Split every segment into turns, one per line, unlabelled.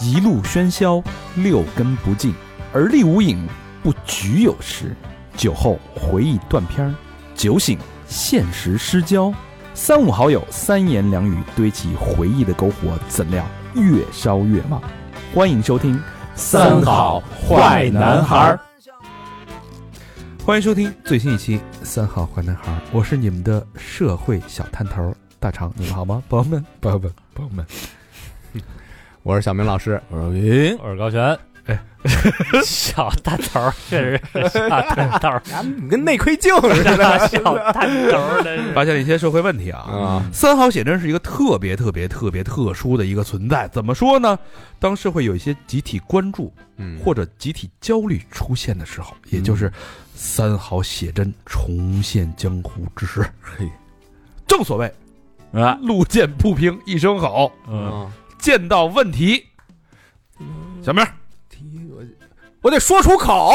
一路喧嚣，六根不净，而立无影，不局有时。酒后回忆断片儿，酒醒现实失焦。三五好友，三言两语堆起回忆的篝火，怎料越烧越旺。欢迎收听《
三好坏男孩儿》。
欢迎收听最新一期《三好坏男孩》，我是你们的社会小探头大长，你们好吗，朋 友们？
朋友们，朋友们，
我是小明老师，
我说云，
哎
我是高璇。小大头儿确实是小大头儿，
跟内窥镜似的
小大头儿真是。
发现了一些社会问题啊。
啊！
三好写真是一个特别特别特别特殊的一个存在，怎么说呢？当社会有一些集体关注
嗯
或者集体焦虑出现的时候，也就是三好写真重现江湖之时。
嘿，
正所谓
啊，
路见不平一声吼，
嗯，
见到问题，小明儿
提我我得说出口，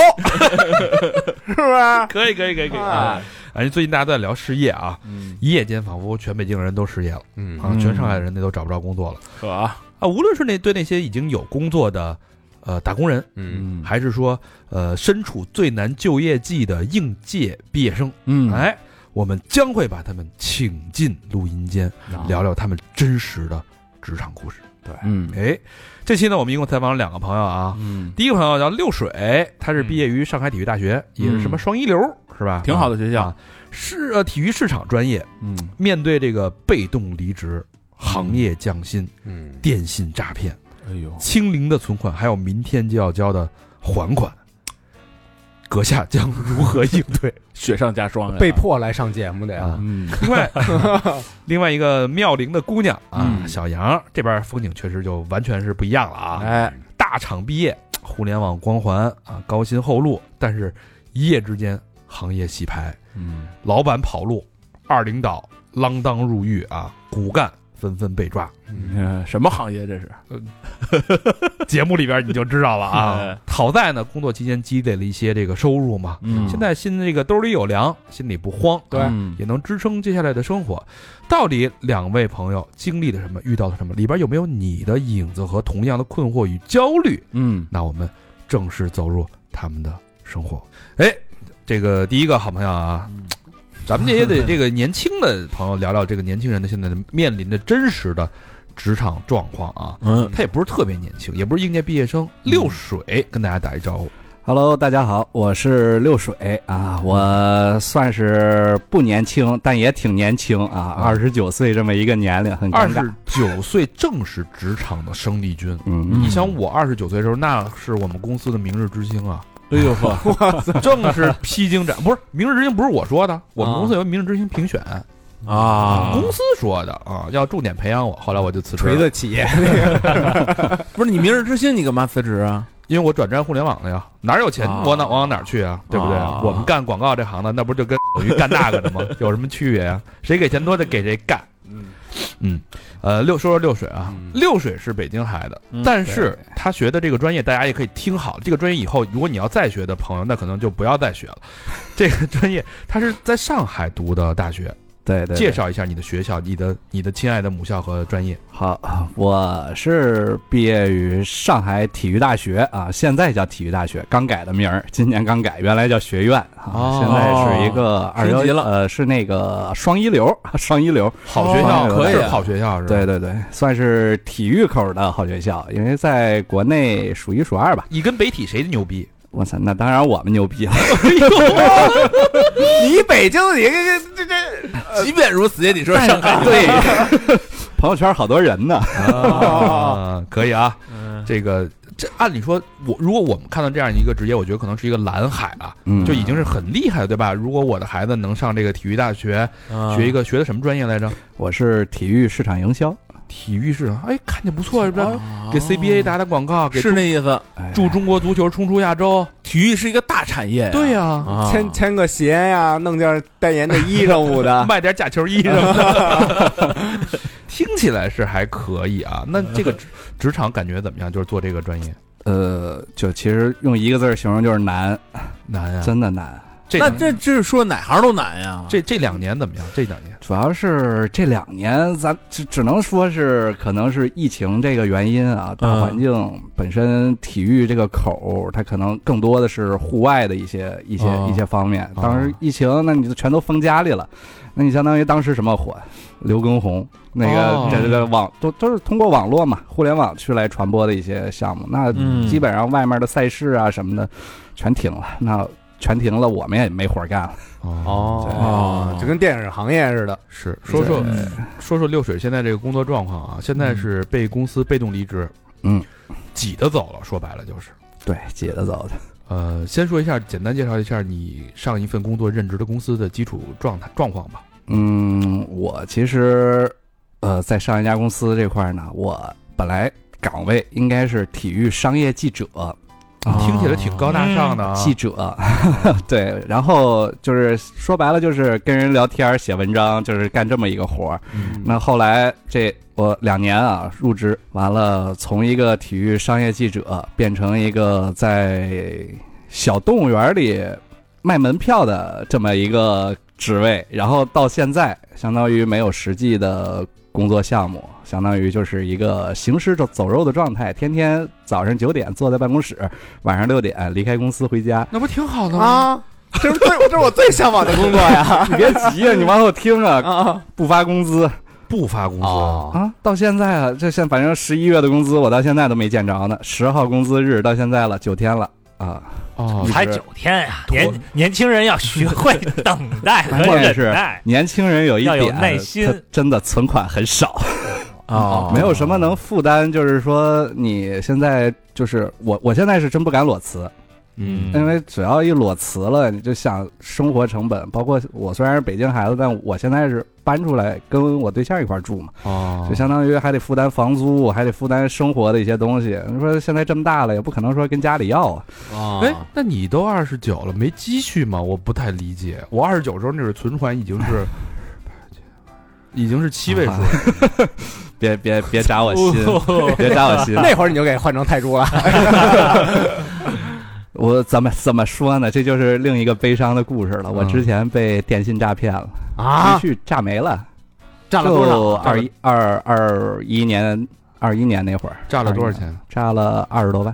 是不是？
可以可以可以可以
啊
啊！哎，最近大家都在聊失业啊，一夜间仿佛全北京人都失业了。
嗯
啊，全上海的人那都找不着工作了
可啊，
啊！无论是那对那些已经有工作的呃打工人，
嗯，
还是说呃身处最难就业季的应届毕业生，
嗯
哎，我们将会把他们请进录音间，
啊
聊聊他们真实的职场故事。
嗯
哎，这期呢，我们一共采访了两个朋友啊。
嗯，
第一个朋友叫六水，他是毕业于上海体育大学，也是什么双一流是吧？
嗯挺好的学校
啊，是呃体育市场专业。
嗯
面对这个被动离职、行业降薪、
嗯，
电信诈骗、
哎呦，
清零的存款，还有明天就要交的还款，阁下将如何应对？
雪上加霜呀
被迫来上节目的呀
啊
嗯
另外，另外一个妙龄的姑娘啊，
嗯
小杨这边风景确实就完全是不一样了啊！
哎，
大厂毕业，互联网光环啊，高薪厚禄，但是一夜之间行业洗牌，
嗯
老板跑路，二领导锒铛入狱啊，骨干纷纷被抓。
嗯
嗯，什么行业这是？
节目里边你就知道 了啊
哎。
好在呢，工作期间积累了一些这个收入嘛，
嗯
现在心这个兜里有粮，心里不慌，
对
嗯
也能支撑接下来的生活。到底两位朋友经历了什么，遇到了什么？里边有没有你的影子和同样的困惑与焦虑？
嗯
那我们正式走入他们的生活。哎，这个第一个好朋友啊。咱们这也得这个年轻的朋友聊聊这个年轻人的现在的面临的真实的职场状况啊，
嗯
他也不是特别年轻，也不是应届毕业生。六水跟大家打一招呼，
Hello，大家好，我是六水啊，我算是不年轻，但也挺年轻啊，二十九岁这么一个年龄，很
二
尴尬。
十九岁正是职场的生力军。
嗯
你像我二十九岁的时候，那是我们公司的明日之星啊，
哎呦呵，
正是披荆斩，不是明日之星，不是我说的，我们公司有明日之星评选，
啊
公司说的啊，要重点培养我。后来我就辞职
锤
了，
子企业，
不是你明日之星，你干嘛辞职啊？
因为我转战互联网了呀，哪有钱
啊
我哪往哪去啊，对不对
啊？
我们干广告这行的，那不就跟等于干那个的吗？有什么区别啊？谁给钱多的给谁干。嗯，呃，六说说六水啊，六水是北京孩子，但是他学的这个专业，大家也可以听好了。这个专业以后，如果你要再学的朋友，那可能就不要再学了。 这个专业他是在上海读的大学，
对对，
介绍一下你的学校、你的你的亲爱的母校和专业。
好，我是毕业于上海体育大学啊，现在叫体育大学，刚改的名儿，今年刚改，原来叫学院啊，
哦
现在是一个二
升
幺
级了
呃，是那个 双一流，双一流，
好学校
哦可以
是
啊
好学校是吧？
对对对，算是体育口的好学校，因为在国内数一数二吧。
你跟北体谁牛逼？
我操，那当然我们牛逼了。
你北京，你这这这
呃
即便如此，也得说上海。
对，朋友圈好多人呢。
啊，可以啊，
嗯，
这个这按理说，我如果我们看到这样一个职业，我觉得可能是一个蓝海了，
嗯
就已经是很厉害了，对吧？如果我的孩子能上这个体育大学，学一
个
个学的什么专业来着？
我是体育市场营销，
体育市场，哎，看见不错，是不
哦
是？给
啊
给
CBA 打打广告，给
嗯是那意思，
哎
助中国足球冲出亚洲。
体育是一个大产业。
对呀，
啊，
签签个鞋呀，弄件代言的衣裳舞的，
卖点假球衣什么的， 听起来是还可以啊。那这个 职职场感觉怎么样？就是做这个专业
呃，就其实用一个字儿形容就是难，
难啊，
真的难。
这
那
两
这这说哪行都难呀。
这这两年怎么样？这两年
主要是这两年，咱只只能说是可能是疫情这个原因啊，大环境本身体育这个口儿，它可能更多的是户外的一些一些
哦
一些方面。
哦
当时疫情，那你就全都封家里了，那你相当于当时什么火，刘畊宏那
哦
个这这个网都都是通过网络嘛，互联网去来传播的一些项目，那
嗯
基本上外面的赛事啊什么的全停了，那全停了，我们也没活儿干了。
哦， 就跟电影行业 似的。
是说说
对
嗯
说说六水现在这个工作状况啊，现在是被公司被动离职，
嗯，
挤得走了，说白了就是。
对，挤得走的。
呃，先说一下，简单介绍一下你上一份工作任职的公司的基础状态状况吧。
嗯，我其实呃，在上一家公司这块儿呢，我本来岗位应该是体育商业记者，
听起来挺高大上的
哦
啊，
记者， 对，然后就是说白了就是跟人聊天儿、写文章，就是干这么一个活儿。那后来这我两年啊入职，完了从一个体育商业记者变成一个在小动物园里卖门票的这么一个职位，然后到现在相当于没有实际的工作项目，相当于就是一个行尸走走肉的状态，天天早上九点坐在办公室，晚上六点离开公司回家。
那不挺好的吗？
啊，这是最这是我最向往的工作
啊
呀！
你别急 呀、你往后听啊，
啊
不发工资
不发工资，
哦
啊！到现在啊，这现反正十一月的工资我到现在都没见着呢，十号工资日到现在了，九天了啊！
哦
才九天呀、年年轻人要学会等待和 忍耐。
年轻人有一
要
点
有耐心哦
他真的存款很少。
啊
没有什么能负担，就是说你现在就是我，我现在是真不敢裸辞，
嗯
因为只要一裸辞了，你就想生活成本，包括我虽然是北京孩子，但我现在是搬出来跟我对象一块儿住嘛，
哦
就相当于还得负担房租，还得负担生活的一些东西。你说现在这么大了，也不可能说跟家里要啊，
啊
哎，那你都二十九了，没积蓄吗？我不太理解。我二十九时候那是存款已经 是，已经是七位数
哎
了。
别别别扎我心，
哦
别扎我心。
那会儿你就给换成泰铢了。
我怎么怎么说呢？这就是另一个悲伤的故事了。我
嗯
之前被电信诈骗了，
啊
积蓄炸没了。
占了多
就
少？
二一二二一年二一年那会儿，
炸了多少钱？
差了二十多万，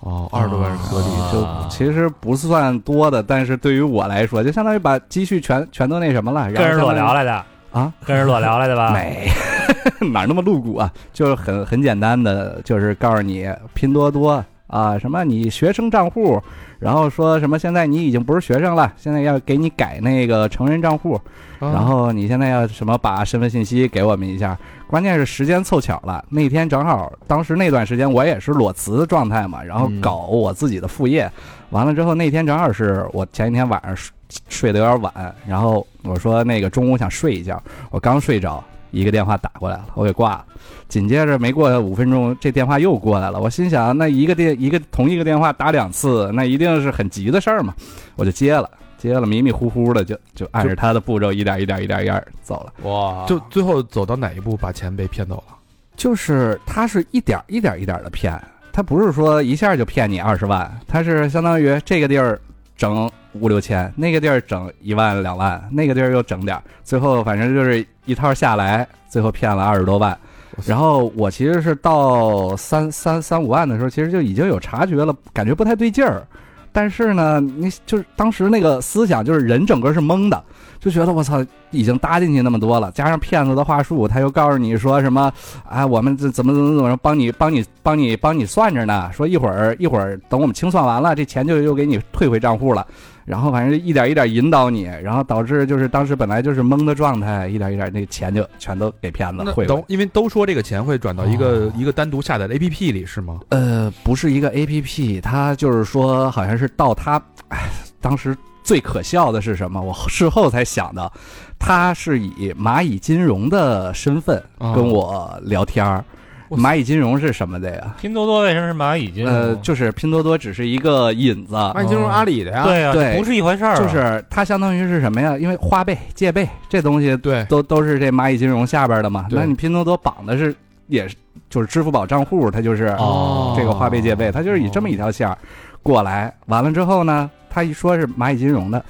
哦，二十多万人民币
合理
就其实不算多的，但是对于我来说，就相当于把积蓄全全都那什么了，然后
跟人裸
相当于
聊来的
啊，
跟人裸聊来的吧？
没， 哪那么露骨啊？就是很很简单的，就是告诉你拼多多啊，什么你学生账户，然后说什么现在你已经不是学生了，现在要给你改那个成人账户，
啊
然后你现在要什么把身份信息给我们一下。关键是时间凑巧了，那天正好当时那段时间我也是裸辞状态嘛，然后
嗯
搞我自己的副业，完了之后那天正好是我前一天晚上睡睡得有点晚，然后我说那个中午想睡一觉，我刚睡着，一个电话打过来了，我给挂了。紧接着没过五分钟，这电话又过来了，我心想那一个电一个同一个电话打两次，那一定是很急的事儿嘛，我就接了。接了，迷迷糊糊的就就按着他的步骤一点一点一点一点走了。
哇
就最后走到哪一步把钱被骗走了？
就是他是一点一点一点的骗，他不是说一下就骗你二十万，他是相当于这个地儿整五六千，那个地儿整一万两万，那个地儿又整点儿，最后反正就是一套下来，最后骗了二十多万。然后我其实是到三三三五万的时候，其实就已经有察觉了，感觉不太对劲儿。但是呢，你就是当时那个思想，就是人整个是懵的，就觉得我操，已经搭进去那么多了，加上骗子的话术，他又告诉你说什么啊，我们这怎么怎么怎么帮你帮你帮你帮你算着呢？说一会儿一会儿等我们清算完了，这钱就又给你退回账户了。然后反正一点一点引导你，然后导致就是当时本来就是懵的状态，一点一点那钱就全都给骗子
那
汇回去
等，因为都说这个钱会转到一个一个单独下载的 APP 里是吗？
呃，不是一个 A P P，它就是说，好像是到它，哎，当时最可笑的是什么？我事后才想到，它是以蚂蚁金融的身份
啊
跟我聊天儿。
哇塞
蚂蚁金融是什么的呀？
拼多多为什么是蚂蚁
哎
金融？
呃，就是拼多多只是一个引子，
哎
万金融阿里的呀，
对呀、
对
不是一回事儿啊、
就是它相当于是什么呀？因为花呗、借呗这东西
对，
都都是这蚂蚁金融下边的嘛。
对
那你拼多多绑的是也是就是支付宝账户，它就是
哦
这个花呗借呗，它就是以这么一条线儿过来。完了之后呢，他一说是蚂蚁金融的，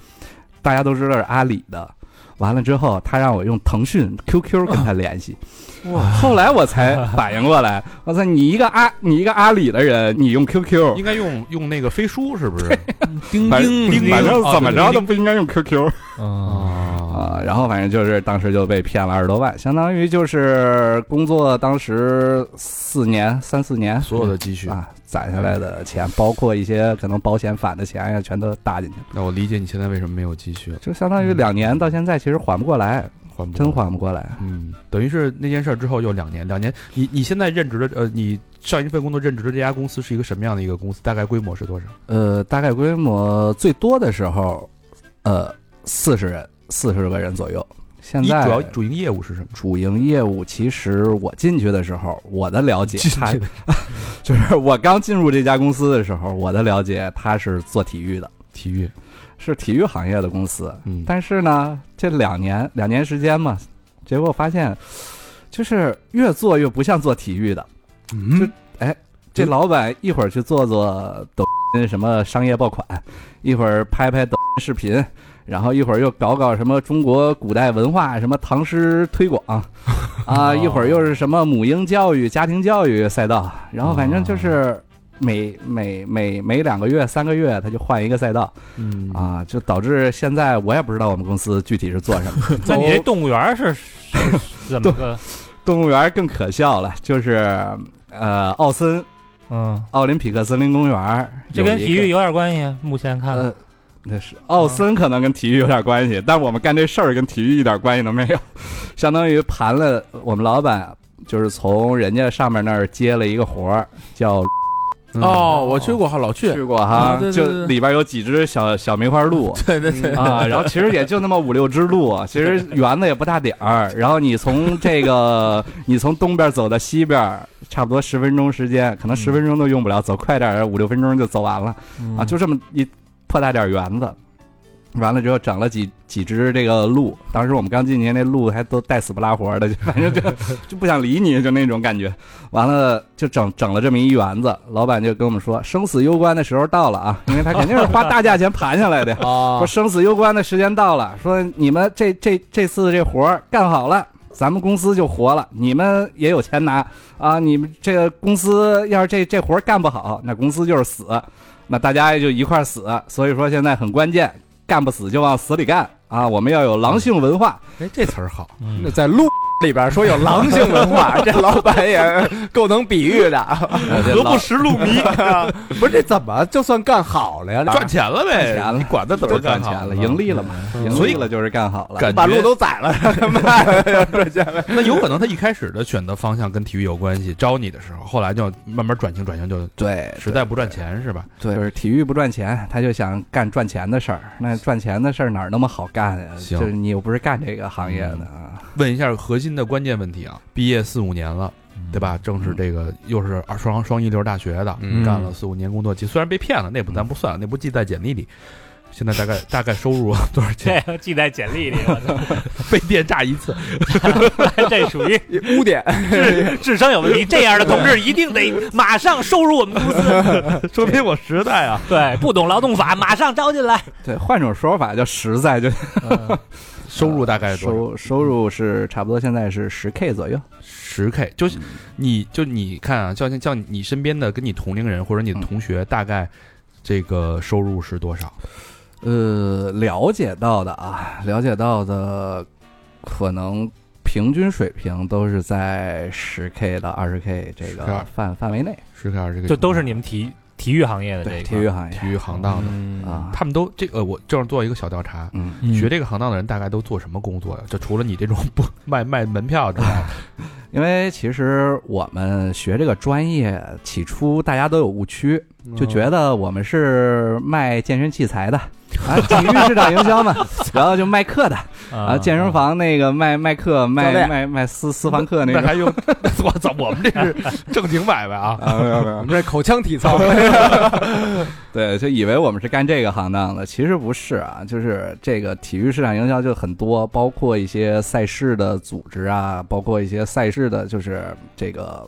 大家都知道是阿里的。完了之后，他让我用腾讯 QQ 跟他联 系，哇！后来我才反应过来，我操，你一个阿你一个阿里的人，你用 QQ，
应该用用那个飞书是不是？钉
反
钉钉，
反正
哦
怎么
对
着
钉
都不应该用 QQ
啊，
啊。然后反正就是当时就被骗了二十多万，相当于就是工作当时四年三四年
所有的积蓄。
啊攒下来的钱，包括一些可能保险返的钱呀，全都搭进去了，
那我理解你现在为什么没有积蓄了，
就相当于两年到现在其实还不过来，
还不
真
还。
还不过来。
嗯，等于是那件事儿之后又两年，两年，你你现在任职的呃，你上一份工作任职的这家公司是一个什么样的一个公司？大概规模是多少？
呃，大概规模最多的时候，呃，四十人，四十个人左右。现
你主
在
要主营业务是什么？
主营业务，其实我进去的时候，我的了解，他 就是我刚进入这家公司的时候，我的了解，他是做体育的，
体育。
是体育行业的公司。
嗯，
但是呢，这两年两年时间嘛，结果发现，就是越做越不像做体育的。哎
嗯，
这老板一会儿去做做抖音什么商业爆款，一会儿拍拍抖音视频，然后一会儿又搞搞什么中国古代文化什么唐诗推广，啊，一会儿又是什么母婴教育、家庭教育赛道，然后反正就是每每每每两个月、三个月他就换一个赛道，
嗯
啊，就导致现在我也不知道我们公司具体是做什么。
那你这动物园是是是怎么个？
动物园更可笑了，就是呃，奥森
嗯，
奥林匹克森林公园，
这跟体育
有一
有点关系。啊目前
个
看，
呃，那是奥森可能跟体育有点关系，但我们干这事儿跟体育一点关系都没有，相当于盘了我们老板，就是从人家上面那儿接了一个活儿，叫
哦，我去过，老去，
去过哈
啊，对对对
就里边有几只小小梅花鹿，
对对对，
啊，然后其实也就那么五六只路， 其实园子也不大点儿。然后你从这 个，你从东边走到西边，差不多十分钟时间，可能十分钟都用不了，走快点儿，五六分钟就走完了啊，就这么一破大点儿园子。完了之后整了几几只这个鹿，当时我们刚进去，那鹿还都带死不拉活的，就 反正就就不想理你，就那种感觉。完了就整整了这么一园子，老板就跟我们说，生死攸关的时候到了啊，因为他肯定是花大价钱盘下来的呀。
啊
说，生死攸关的时间到了，说你们这这这次这活儿干好了，咱们公司就活了，你们也有钱拿啊！你们这个公司要是这这活儿干不好，那公司就是死，那大家也就一块儿死。所以说现在很关键，干不死就往死里干啊！我们要有狼性文化，
哎，这词儿好，
嗯
那在路里边说有狼性文化，这老板也够能比喻的，
何不
食路迷，
不是这怎么就算干好了呀？
赚钱了呗，
赚钱了
哎你管他怎么
都赚
好
钱了，盈利了嘛，
所
盈利
以
了就是干好了。
感觉
把路都宰了，卖 了赚钱了。
那有可能他一开始的选择方向跟体育有关系，招你的时候，后来就慢慢转型，转型就
对，
实在不赚钱是吧？
哎对，就是体育不赚钱，他就想干赚钱的事儿。那赚钱的事儿哪儿那么好干呀？
行嗯
就是你又不是干这个行业的啊。
问一下核心的关键问题啊，毕业四五年了，
嗯
对吧？正是这个又是二双双一流大学的，
嗯
干了四五年工作，其实虽然被骗了，那不咱
嗯
不算，那不记在简历里。现在大概大概收入啊多少 钱？
这 个记在简历里，我操
被电诈一次，
这属于
污点，
智智商有问题。这样的同志一定得马上收入我们公司。
说明我实在啊。
对，不懂劳动法，马上招进来。
对，换种说法叫实在，就
收入大概是多少？
收收入是差不多，现在是十 K 左右。
十 K。就是你就你看啊，像像你身边的跟你同龄人或者你的同学，大概这个收入是多少？
呃，了解到的啊，了解到的可能平均水平都是在十 K 到二十 K 这个
12
范范围内。
十 K 二十 K，
就都是你们体体育行业的这
对，
一
体
块
育行业
体育行当的。
啊，
嗯他们都这个，我正是做一个小调查，
嗯，
学这个行当的人大概都做什么工作呀？就除了你这种不卖卖门票之 外，
因为其实我们学这个专业，起初大家都有误区，就觉得我们是卖健身器材的，啊，体育市场营销嘛，然后就卖课的，
嗯
啊，健身房那个卖卖课，
教
卖
练
卖卖私私房课那
那
种。
还用我操？我们这是正经买卖啊！
啊，没有没
我
有，
们这口腔体操，
对，就以为我们是干这个行当的，其实不是啊，就是这个体育市场营销就很多，包括一些赛事的组织啊，包括一些赛事的，就是这个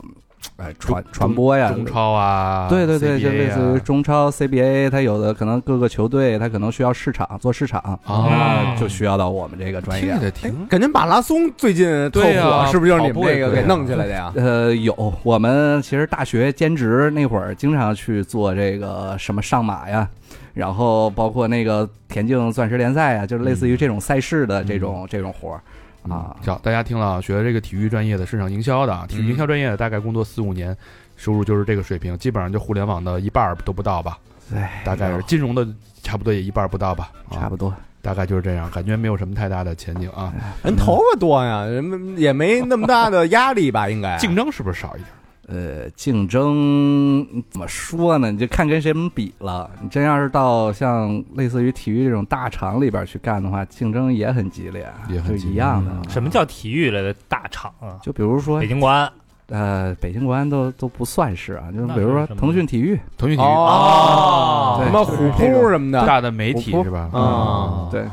哎传传播呀，
中超啊，
对对对，
CBA
就类似于
啊
中超 CBA，它有的可能各个球队它可能需要市场做市场，
啊，
就需要到我们这个专业。
着挺
哎感觉马拉松最近特
对呀
火，是不是就是你们这个
跑步也
给
对
弄起来的呀？
呃，有我们其实大学兼职那会儿，经常去做这个什么上马呀，然后包括那个田径钻石联赛呀，就是类似于这种赛事的这种、这种活儿啊。
嗯好，大家听了啊，学这个体育专业的市场营销的，啊，体育营销专业的大概工作四五年，收入就是这个水平，基本上就互联网的一半儿都不到吧，
哎，
大概是金融的差不多也一半儿不到吧，啊
差不多。
大概就是这样，感觉没有什么太大的前景啊，
人头发多呀，人们也没那么大的压力吧？应 该啊
竞争是不是少一点？
呃，竞争嗯怎么说呢？你就看跟谁们比了。你真要是到像类似于体育这种大厂里边去干的话，竞争也很激烈，啊
也很
就
激
一
烈
样的。
嗯什么叫体育类的大厂啊？
就比如说
北，京国安啊
呃，北京国安都都不算是啊，就是
那
比如说
是什么
腾讯体育，
腾讯体育、
哦，
啊
对
什么
就
虎
是这
扑
种
什么的，
大的媒体
我
是吧？
哦
啊
对，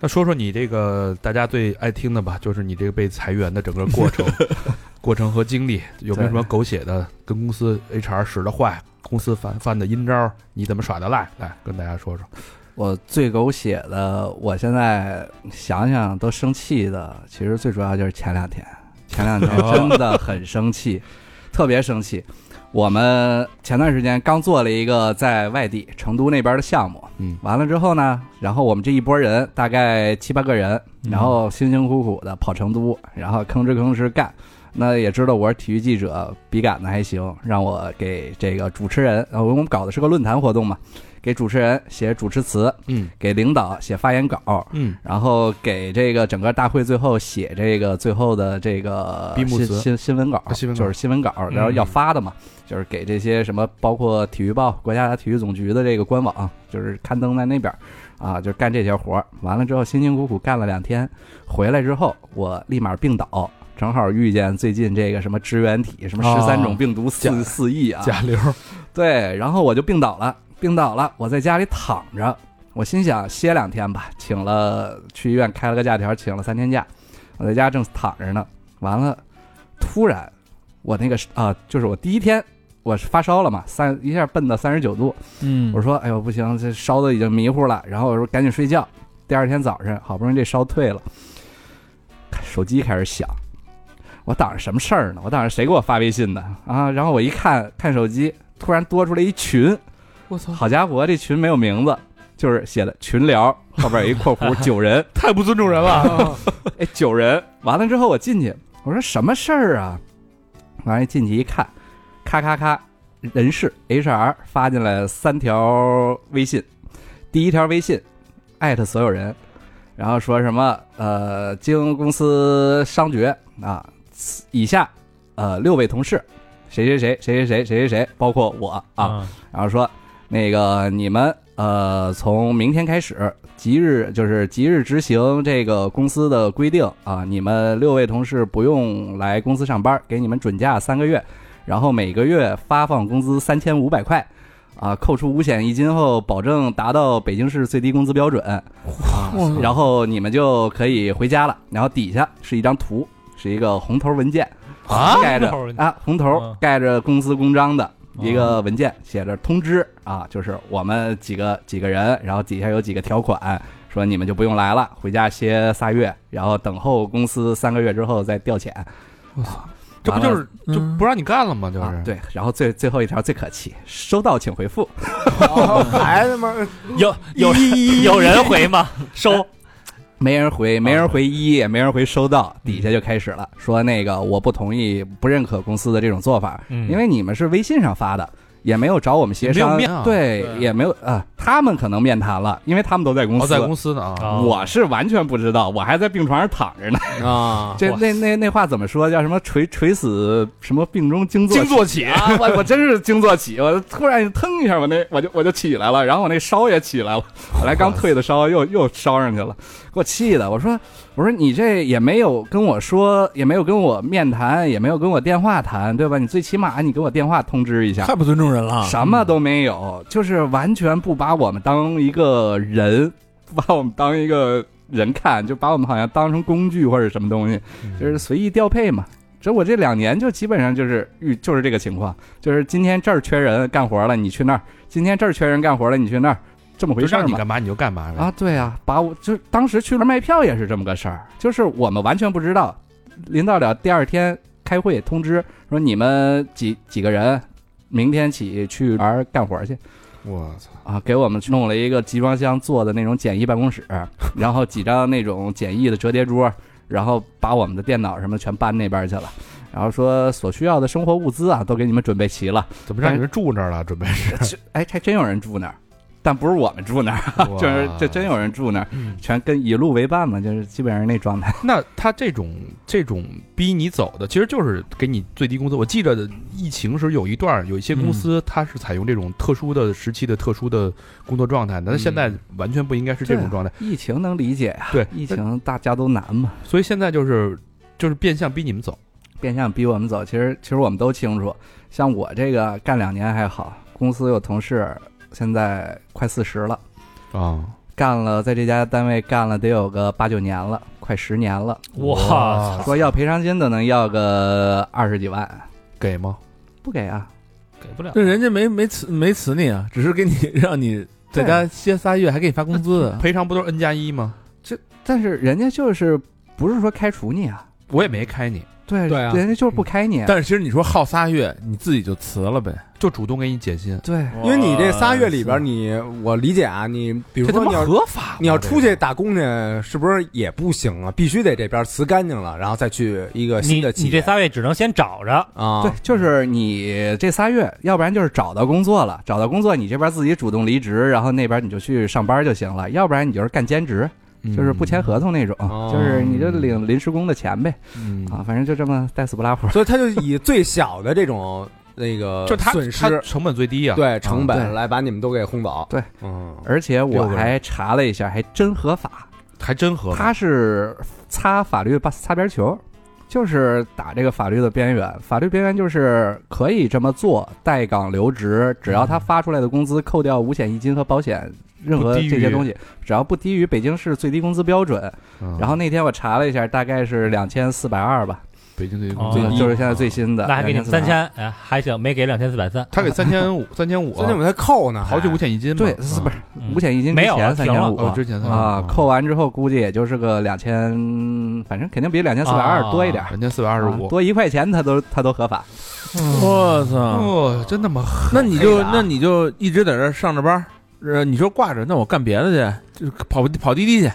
那说说你这个大家最爱听的吧，就是你这个被裁员的整个过 程、过程和经历，有没有什么狗血的？跟公司 HR 使的坏，公司犯犯的阴招，你怎么耍的赖？来跟大家说说。
我最狗血的，我现在想想都生气的，其实最主要就是前两天，前两天真的很生气， 特别生气。我们前段时间刚做了一个在外地成都那边的项目，
嗯，
完了之后呢，然后我们这一波人大概七八个人，然后辛辛苦苦的跑成都，然后吭哧吭哧干。那也知道我是体育记者，笔杆子还行，让我给这个主持人，呃，我们搞的是个论坛活动嘛，给主持人写主持词，
嗯
给领导写发言稿，
嗯，
然后给这个整个大会最后写这个最后的这个
闭幕
新
词
新新闻稿
啊，新闻稿
就是新闻稿，然后要发的嘛，就是给这些什么包括体育报、国家体育总局的这个官网，就是刊登在那边儿啊，就是干这些活儿。完了之后辛辛苦苦干了两天，回来之后我立马病倒。正好遇见最近这个什么支原体，什么十三种病毒四四亿啊，
贾玲儿
对，然后我就病倒了，病倒了，我在家里躺着，我心想歇两天吧，请了去医院开了个假条，请了三天假，我在家正躺着呢，完了，突然我那个是啊、就是我第一天我是发烧了嘛，三一下奔到三十九度，
嗯
我说哎呦不行，这烧的已经迷糊了，然后我说赶紧睡觉，第二天早上好不容易这烧退了，手机开始响。我当着什么事儿呢？我当着谁给我发微信呢？啊，然后我一看看手机，突然多出来一群，
我操，
好家伙，这群没有名字，就是写的群聊，后边有一括弧九人，
太不尊重人了。
哎，九人。完了之后我进去，我说什么事儿啊？完了进去一看，咔咔咔，人事 HR 发进来三条微信，第一条微信艾特所有人，然后说什么呃，经公司商决啊，此以下呃六位同事，谁谁谁谁谁谁谁谁谁，包括我啊，
嗯
然后说那个你们呃，从明天开始即日就是即日执行这个公司的规定啊，你们六位同事不用来公司上班，给你们准假三个月，然后每个月发放工资三千五百块。啊，扣除五险一金后，保证达到北京市最低工资标准。啊然后你们就可以回家了。然后底下是一张图，是一个红头文件，
啊
盖着
红头文件
啊红头
嗯
盖着公司公章的一个文件，写着通知啊，就是我们几个几个人，然后底下有几个条款，说你们就不用来了，回家歇仨月，然后等候公司三个月之后再调遣。啊
这不
完了
就是就不让你干了吗？就
啊
是，哦
对，然后最最后一条最可气，收到请回复。
还他妈
有有有人回吗？收
没人回，没
啊
人回一，也没人回收到，底下
嗯
就开始了，说那个我不同意，不认可公司的这种做法，
嗯
因为你们是微信上发的，也没有找我们协
也没
商，
有面啊
对，
对
也没有啊、他们可能面谈了，因为他们都在公
哦，
司，
在公司呢啊，
啊
我是完全不知道，我还在病床上躺着呢。
啊，
这
哇
那那那话怎么说？叫什么垂垂死什么病中惊坐
惊坐 起，
啊！我我真是惊坐起，我突然腾一下，我那我就我就起来了，然后我那烧也起来了，本来刚退的烧又又烧上去了，给我气的。我说我说你这也没有跟我说，也没有跟我面谈，也没有跟我电话谈，对吧？你最起码你给我电话通知一下，
不尊重人了
什么都没有，就是完全不把我们当一个人，不 把我们当一
嗯
个人看，就把我们好像当成工具或者什么东西，就是随意调配嘛。这我这两年就基本上就是遇就是这个情况，就是今天这儿缺人干活了，你去那儿；今天这儿缺人干活了，你去那儿，这么回
就
事儿
让你
嘛。
干嘛你就干嘛呗。
啊，对啊，把我就当时去那儿卖票也是这么个事儿，就是我们完全不知道，临到了第二天开会通知说你们几几个人，明天起去玩儿干活去
我操，
啊，给我们弄了一个集装箱做的那种简易办 公室，然后几张那种简易的折叠桌，然后把我们的电脑什么全搬那边去了。然后说所需要的生活物资啊，都给你们准备齐 了。
怎么让你们住那儿了？准备 是，
哎，还真有人住那儿，但不是我们住那儿。就是这 真有人住那儿，
嗯
全跟以路为伴嘛，就是基本上是那状态。
那他这种这种逼你走的，其实就是给你最低工资。我记着疫情时有一段儿，有一些公司它是采用这种特殊的时期的特殊的工作状态，但是现在完全不应该是这种状态。
疫情能理解呀，
对，
疫情大家都难嘛，
所以现在就是就是变相逼你们走。
变相逼我们走。其实其实我们都清楚，像我这个干两年还好，公司有同事现在快四十了，
啊，
干了在这家单位干了得有个八九年了，快十年了，
我操，
说要赔偿金的能要个二十几万，
给吗？
不给啊。
给不了。
那人家没没辞没辞你啊，只是给你让你在家歇仨月，还给你发工资。啊
赔偿不都是 N 加一吗？
但是人家就是不是说开除你啊？
我也没开你，
对
对啊
人家就是不开你啊。
但是其实你说耗仨月，你自己就辞了呗。
就主动给你减薪。
对，
因为你这仨月里边，你我理解啊，你比如
这他
说
妈
你要
合法吗？
你要出
这
去
个
打工去，是不是也不行啊？必须得这边辞干净了，然后再去一个
你
新的企业。
你这仨月只能先找着，
啊，
对，就是你这仨月，要不然就是找到工作了，找到工作你这边自己主动离职，然后那边你就去上班就行了，要不然你就是干兼职，
嗯
就是不签合同那种，
哦
就是你就领临时工的钱呗，
嗯
啊，反正就这么带死不拉活。
所以他就以最小的这种那个
就他
损
他
失
成本最低啊。
对成
啊对
本来把你们都给轰走。
对，
嗯，
而且
六
我
个人
还查了一下，还真合法，
还真合法。
他是擦法律把擦边球，就是打这个法律的边缘。法律边缘就是可以这么做，带岗留职，只要他发出来的工资扣掉五险一金和保险，任何
不低于
这些东西，只要不低于北京市最低工资标准。
嗯
然后那天我查了一下，大概是两千四百二吧，
北京最
哦
最
就
低，
就是现在最新的。
那还给你们三
2400。
千，哎，还行，没给两千四百三，
他给三千五，三千五，
所以你们才扣呢，
刨去
还
五险一金嘛。
对，
嗯
是不是
嗯
五险一金
没有了
三
停了
千五
哦，之前
啊？扣完之后估计也就是个两千，反正肯定比两千四百二多一点儿。
人家四百二十五，
啊多一块钱他都他都合法。
我操！
哦，真他妈狠！
那你就
黑的啊
那你就一直在这儿上着班，呃，你说挂着，那我干别的去，就跑跑滴滴去。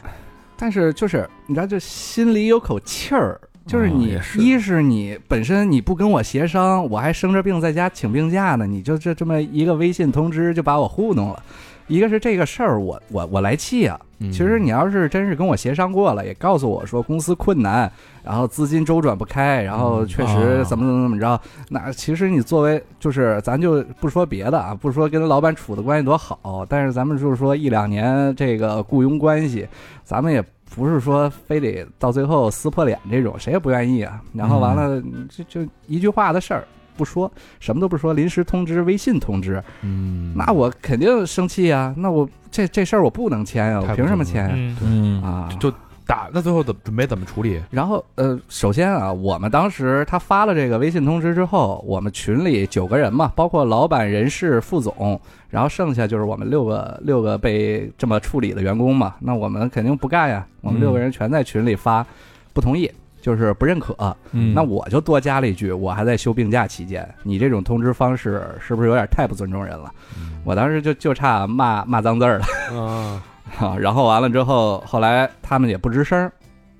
但是就是你知道，就心里有口气儿，嗯就是
哦
你、
也是
一是你本身你不跟我协商，我还生着病在家请病假呢，你就这这么一个微信通知就把我糊弄了。一个是这个事儿，我我我来气啊。
嗯
其实你要是真是跟我协商过了，也告诉我说公司困难，然后资金周转不开，然后确实怎么怎么怎么着，那其实你作为就是咱就不说别的啊，不说跟老板处的关系多好，但是咱们就是说一两年这个雇佣关系，咱们也不是说非得到最后撕破脸这种，谁也不愿意啊。然后完了，就就一句话的事儿。不说什么都不说，临时通知、微信通知，
嗯，
那我肯定生气呀、那我这这事儿我不能签呀、
太
我
不
凭什么
正
签哎呀、
嗯，
嗯
啊？
就打那最后怎么准备怎么处理？
然后呃，首先啊，我们当时他发了这个微信通知之后，我们群里九个人嘛，包括老板、人事、副总，然后剩下就是我们六个六个被这么处理的员工嘛。那我们肯定不干呀，我们六个人全在群里发，不同意。就是不认可，
嗯
那我就多加了一句，我还在休病假期间，你这种通知方式是不是有点太不尊重人了？我当时就就差骂骂脏字儿了。
嗯，
啊，然后完了之后，后来他们也不吱声儿，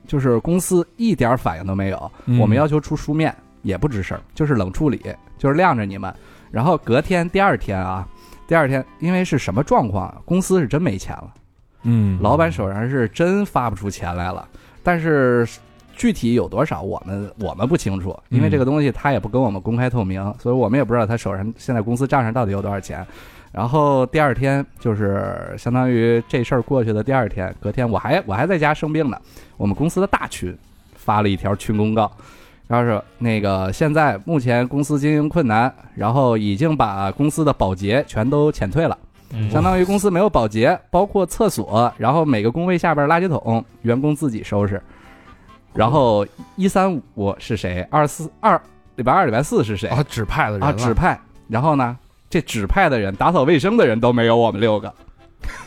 就是公司一点儿反应都没有。我们要求出书面，也不吱声儿，就是冷处理，就是晾着你们。然后隔天第二天啊，第二天因为是什么状况啊，公司是真没钱了，
嗯
老板手上是真发不出钱来了，但是。具体有多少，我们我们不清楚，因为这个东西他也不跟我们公开透明，所以我们也不知道他手上现在公司账上到底有多少钱。然后第二天就是相当于这事儿过去的第二天，隔天我还我还在家生病呢。我们公司的大群发了一条群公告，然后是那个现在目前公司经营困难，然后已经把公司的保洁全都遣退了。
嗯
相当于公司没有保洁，包括厕所，然后每个工位下边垃圾桶员工自己收拾。然
哦
后一三五是谁？二四二礼拜二礼拜四是谁
啊，指派的人
啊？指派。然后呢，这指派的人、打扫卫生的人都没有我们六个，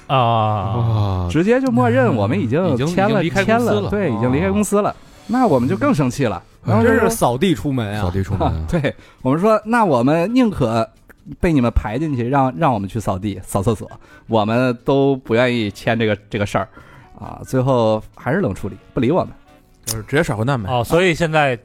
啊，
啊，
直接就默认我们已经
嗯已经
签了
已经离开
签
公司
了，
了哦
对，已经离开公司了。那我们就更生气了，然后就
真
说
是扫地出门
扫
啊！
地出门
啊
啊，
对我们说，那我们宁可被你们排进去，让让我们去扫地、扫厕所，我们都不愿意签这个这个事儿啊。最后还是冷处理，不理我们。
就是直接耍混蛋呗。
哦，所以现在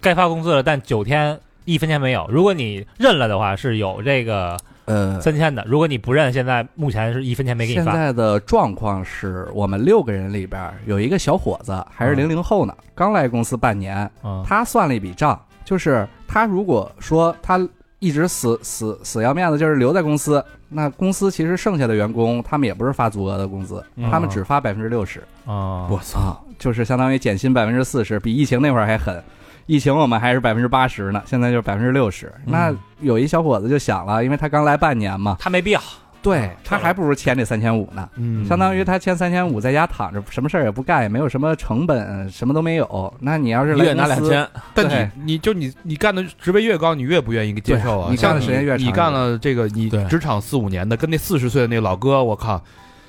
该发工资了，但九天一分钱没有。如果你认了的话，是有这个
呃，
三千的；如果你不认，现在目前是一分钱没给你
现
发。
在的状况是我们六个人里边儿有一个小伙子还是
啊
零零后呢，刚来公司半年，
嗯，
他算了一笔账，就是他如果说他一直死死死要面子，就是留在公司，那公司其实剩下的员工他们也不是发足额的工资，
嗯
他们只发百分之六十。
啊，
我操，就是相当于减薪百分之四十，比疫情那会儿还狠。疫情我们还是百分之八十呢，现在就是百分之六十。那有一小伙子就想了，因为他刚来半年嘛，
他没必要。
对他还不如签这三千五呢，
嗯
相当于他签三千五在家躺着，什么事儿也不干，也没有什么成本，什么都没有。那你要是
一个
来
月拿
公
两
司，
千，
但
对
你你就你你干的职位越高，你越不愿意接受啊。
对你干的
像
时间越长
你干了这个你
对
职场四五年的，跟那四十岁的那老哥，我靠，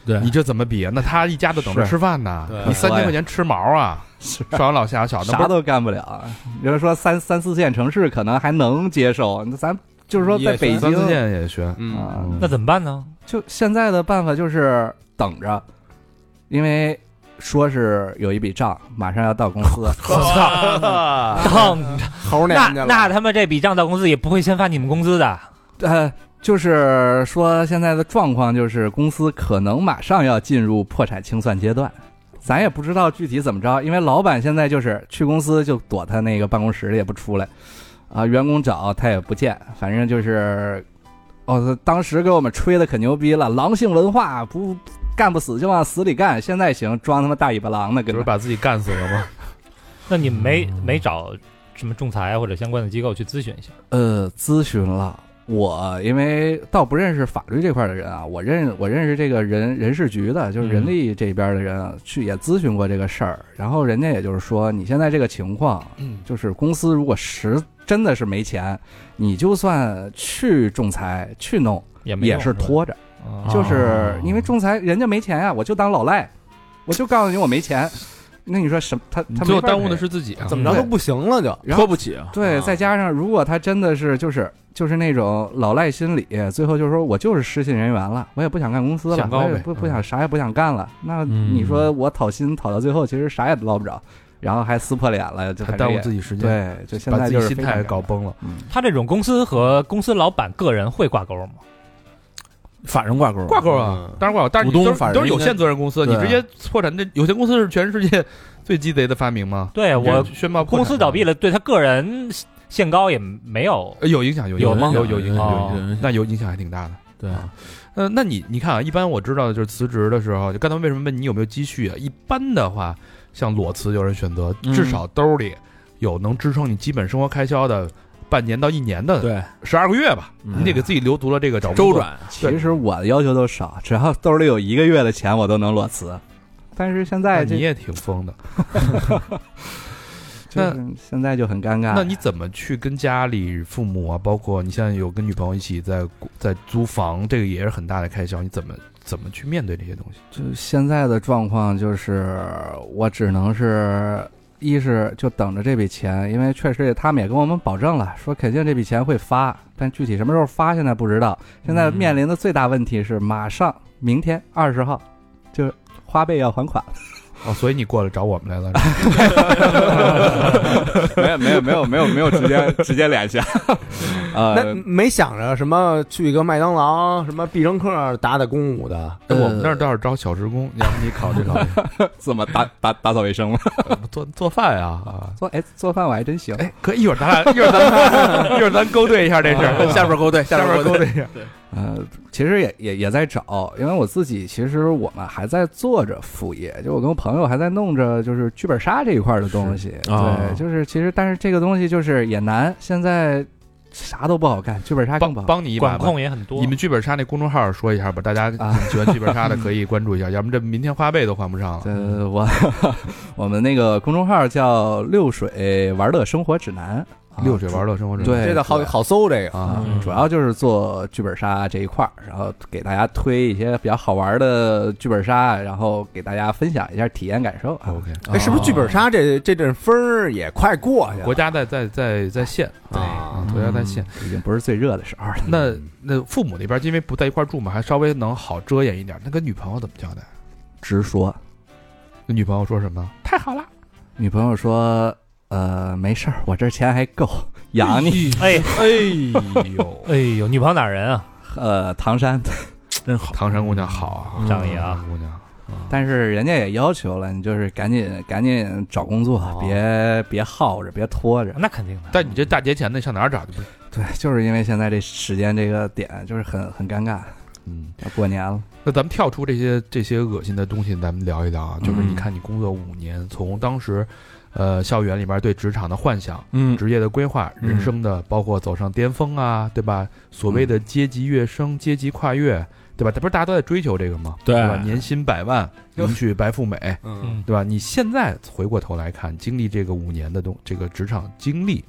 对
你这怎么比啊？那他一家子等着
是
吃饭呢
对，
你三千块钱吃毛啊？上有老下有小，那不
啥都干不了。有人说三三四线城市可能还能接受，那咱就是说在北
是三
京
四线也学，
嗯，
啊，
那怎么办呢？
就现在的办法就是等着，因为说是有一笔账马上要到公司，啊
当
哦猴儿
那
年去了，嗯
那他们这笔账到公司也不会先发你们工资的。
呃，就是说现在的状况就是公司可能马上要进入破产清算阶段，咱也不知道具体怎么着，因为老板现在就是去公司就躲他那个办公室里也不出来，啊、员工找他也不见，反正就是，哦，他当时给我们吹的可牛逼了，狼性文化不干不死就往死里干，现在行，装他妈大尾巴狼呢，跟
就是
着
把自己干死了吗？
那你们没没找什么仲裁啊或者相关的机构去咨询一下？
呃，咨询了。我因为倒不认识法律这块的人啊，我认我认识这个人人事局的，就是人力这边的人啊，去也咨询过这个事儿，然后人家也就是说，你现在这个情况，就是公司如果实真的是没钱，你就算去仲裁去弄，
也没
也
用
是
吧
拖着，
啊
就是因为仲裁人家没钱呀、我就当老赖，我就告诉你我没钱，那你说什么他他
最
没
后
法
耽误的
赔
是自己啊。
怎么着都不行了就。
然后
拖不起啊。
对，
啊
再加上如果他真的是就是就是那种老赖心理，最后就是说我就是失信人员了，我也不想干公司了
想，高
我
呗嗯
也不不想啥也不想干了。那你说我讨薪讨到最后，其实啥也捞不着，然后还撕破脸了，就
还
反正
耽误
也
自己时间，
对，就现
把
在
自
就
己
是
心
非常
态
尴
搞
尬。
崩了。
嗯，
他这种公司和公司老板个人会挂钩吗？
法人挂钩，
挂钩啊
嗯，
当然挂钩，但是你
股东
都
法
是
人
都是有限责任公司，
应该
你直接破产，这有限公司是全世界 最鸡贼的发明吗？
对我
宣布
公司倒闭
了，
了，对他个人限高也没有。
呃有影响，有
有
影响
吗
有有影响，有
哦
影响，那有影响还挺大的。
对，
呃，那你你看啊，一般我知道的就是辞职的时候，就刚才为什么问你有没有积蓄啊？一般的话，像裸辞有人选择，
嗯
至少兜里有能支撑你基本生活开销的半年到一年的
对，
十二个月吧，
嗯
你得给自己留足了这个找工
周
作
转
其实我的要求都少，只要兜里有一个月的钱，我都能裸辞。但是现
那
在
你
哎这
也挺疯的。
就是现在就很尴
哎
尬。
那你怎么去跟家里父母啊，包括你现在有跟女朋友一起在在租房，这个也是很大的开销，你怎么怎么去面对这些东西？
就现在的状况就是，我只能是一是就等着这笔钱，因为确实也他们也跟我们保证了，说肯定这笔钱会发，但具体什么时候发现在不知道。现在面临的最大问题是，马上明天二十号就花呗要还款。
哦，所以你过来找我们来了，
没有没有没有没有没有直接直接联 系，呃
那没想着什么去一个麦当劳、什么必胜客打打工舞的，
是吧哎我们那儿倒是招小职工，要不你考虑考 虑
怎么打打打扫卫生吗？
做做饭呀啊。
做哎做饭我还真行，
哎，可一会儿咱俩一会儿咱一会儿咱勾兑一下这事 儿，下边勾兑，下边勾兑一下。
呃，其实也也也在找，因为我自己其实我们还在做着副业，就我跟我朋友还在弄着就是剧
啊
本杀这一块儿的东西，
哦
对，就是其实但是这个东西就是也难，现在啥都不好干，剧本杀更
哎帮
不好。
帮你一把
管
吧。
控也很多。
你们剧本杀那公众号说一下吧，大家
啊
喜欢剧本杀的可以关注一下，要不然这明天花呗都还不上了。
呃，我 我们那个公众号叫“六水玩乐生活指南
六水玩乐生活”，指南
对，
这个好
主要
好搜这
哦
个，
啊，
主要就是做剧本杀这一块儿，然后给大家推一些比较好玩的剧本杀，然后给大家分享一下体验感受啊。
OK，
哎，是不是剧本杀这这阵分儿也快过去了？
国家在在在在线啊，国家在线。
嗯已经不是最热的时候了。
那那父母那边因为不在一块儿住嘛，还稍微能好遮掩一点。那跟女朋友怎么交代？
直说，
那女朋友说什么？太好了，
女朋友说：“呃，没事儿，我这钱还够养你。
哎
哎呦，
哎呦，女朋友哪儿人啊？”
呃，唐山，
真好，唐山姑娘好啊，
仗义啊
唐山姑娘。
但是人家也要求了，你就是赶紧赶紧找工作，别别耗着，别拖着。
那肯定的。
嗯但你这大节前的上哪儿找去？不是，
对，就是因为现在这时间这个点就是很很尴尬，
嗯，
要过年了。
那咱们跳出这些这些恶心的东西，咱们聊一聊啊。就是
嗯
你看，你工作五年，从当时，呃，校园里边对职场的幻想、
嗯，
职业的规划、
嗯
人生的，包括走上巅峰啊，对吧？所谓的阶级跃升、阶级跨越，对吧？这不是大家都在追求这个吗？
对
吧？年薪 百万，迎娶白富美，
嗯，
对吧？你现在回过头来看，经历这个五年的东这个职场经历，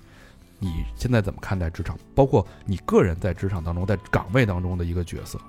你现在怎么看待职场？包括你个人在职场当中，在岗位当中的一个角色，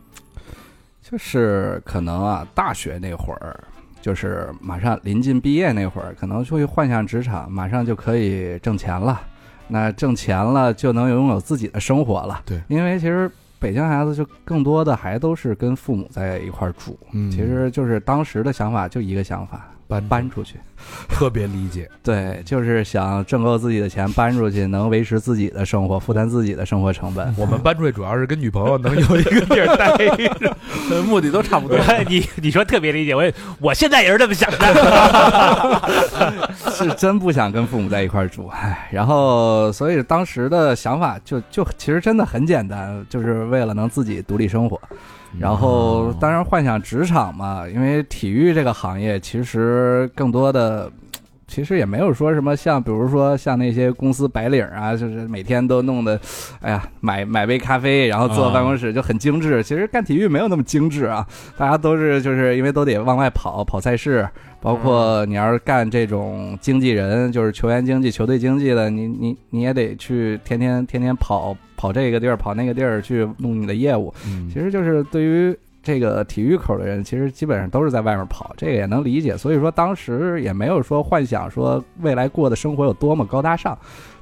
就是可能啊，大学那会儿，就是马上临近毕业那会儿，可能就会幻想职场马上就可以挣钱了，那挣钱了就能拥有自己的生活了。
对
因为其实北京孩子就更多的还都是跟父母在一块儿住，
嗯
其实就是当时的想法就一个想法，
搬
搬出去。
特别理解，
对，就是想挣够自己的钱搬出去，能维持自己的生活，负担自己的生活成本。
我们搬出去主要是跟女朋友能有一个地儿待着，
目的都差不多。
你你说特别理解，我也我现在也是这么想的。
是真不想跟父母在一块儿住，唉，然后所以当时的想法就就其实真的很简单，就是为了能自己独立生活。然
嗯
后当然幻想职场嘛，因为体育这个行业其实更多的。其实也没有说什么像，比如说像那些公司白领啊，就是每天都弄得，哎呀，买买杯咖啡，然后坐
啊
办公室就很精致。其实干体育没有那么精致啊，大家都是就是因为都得往外跑跑赛事，包括你要是干这种经纪人，就是球员经济、球队经济的，你你你也得去天天天天跑跑这个地儿跑那个地儿去弄你的业务。
嗯
其实就是对于这个体育口的人，其实基本上都是在外面跑，这个也能理解。所以说当时也没有说幻想说未来过的生活有多么高大上，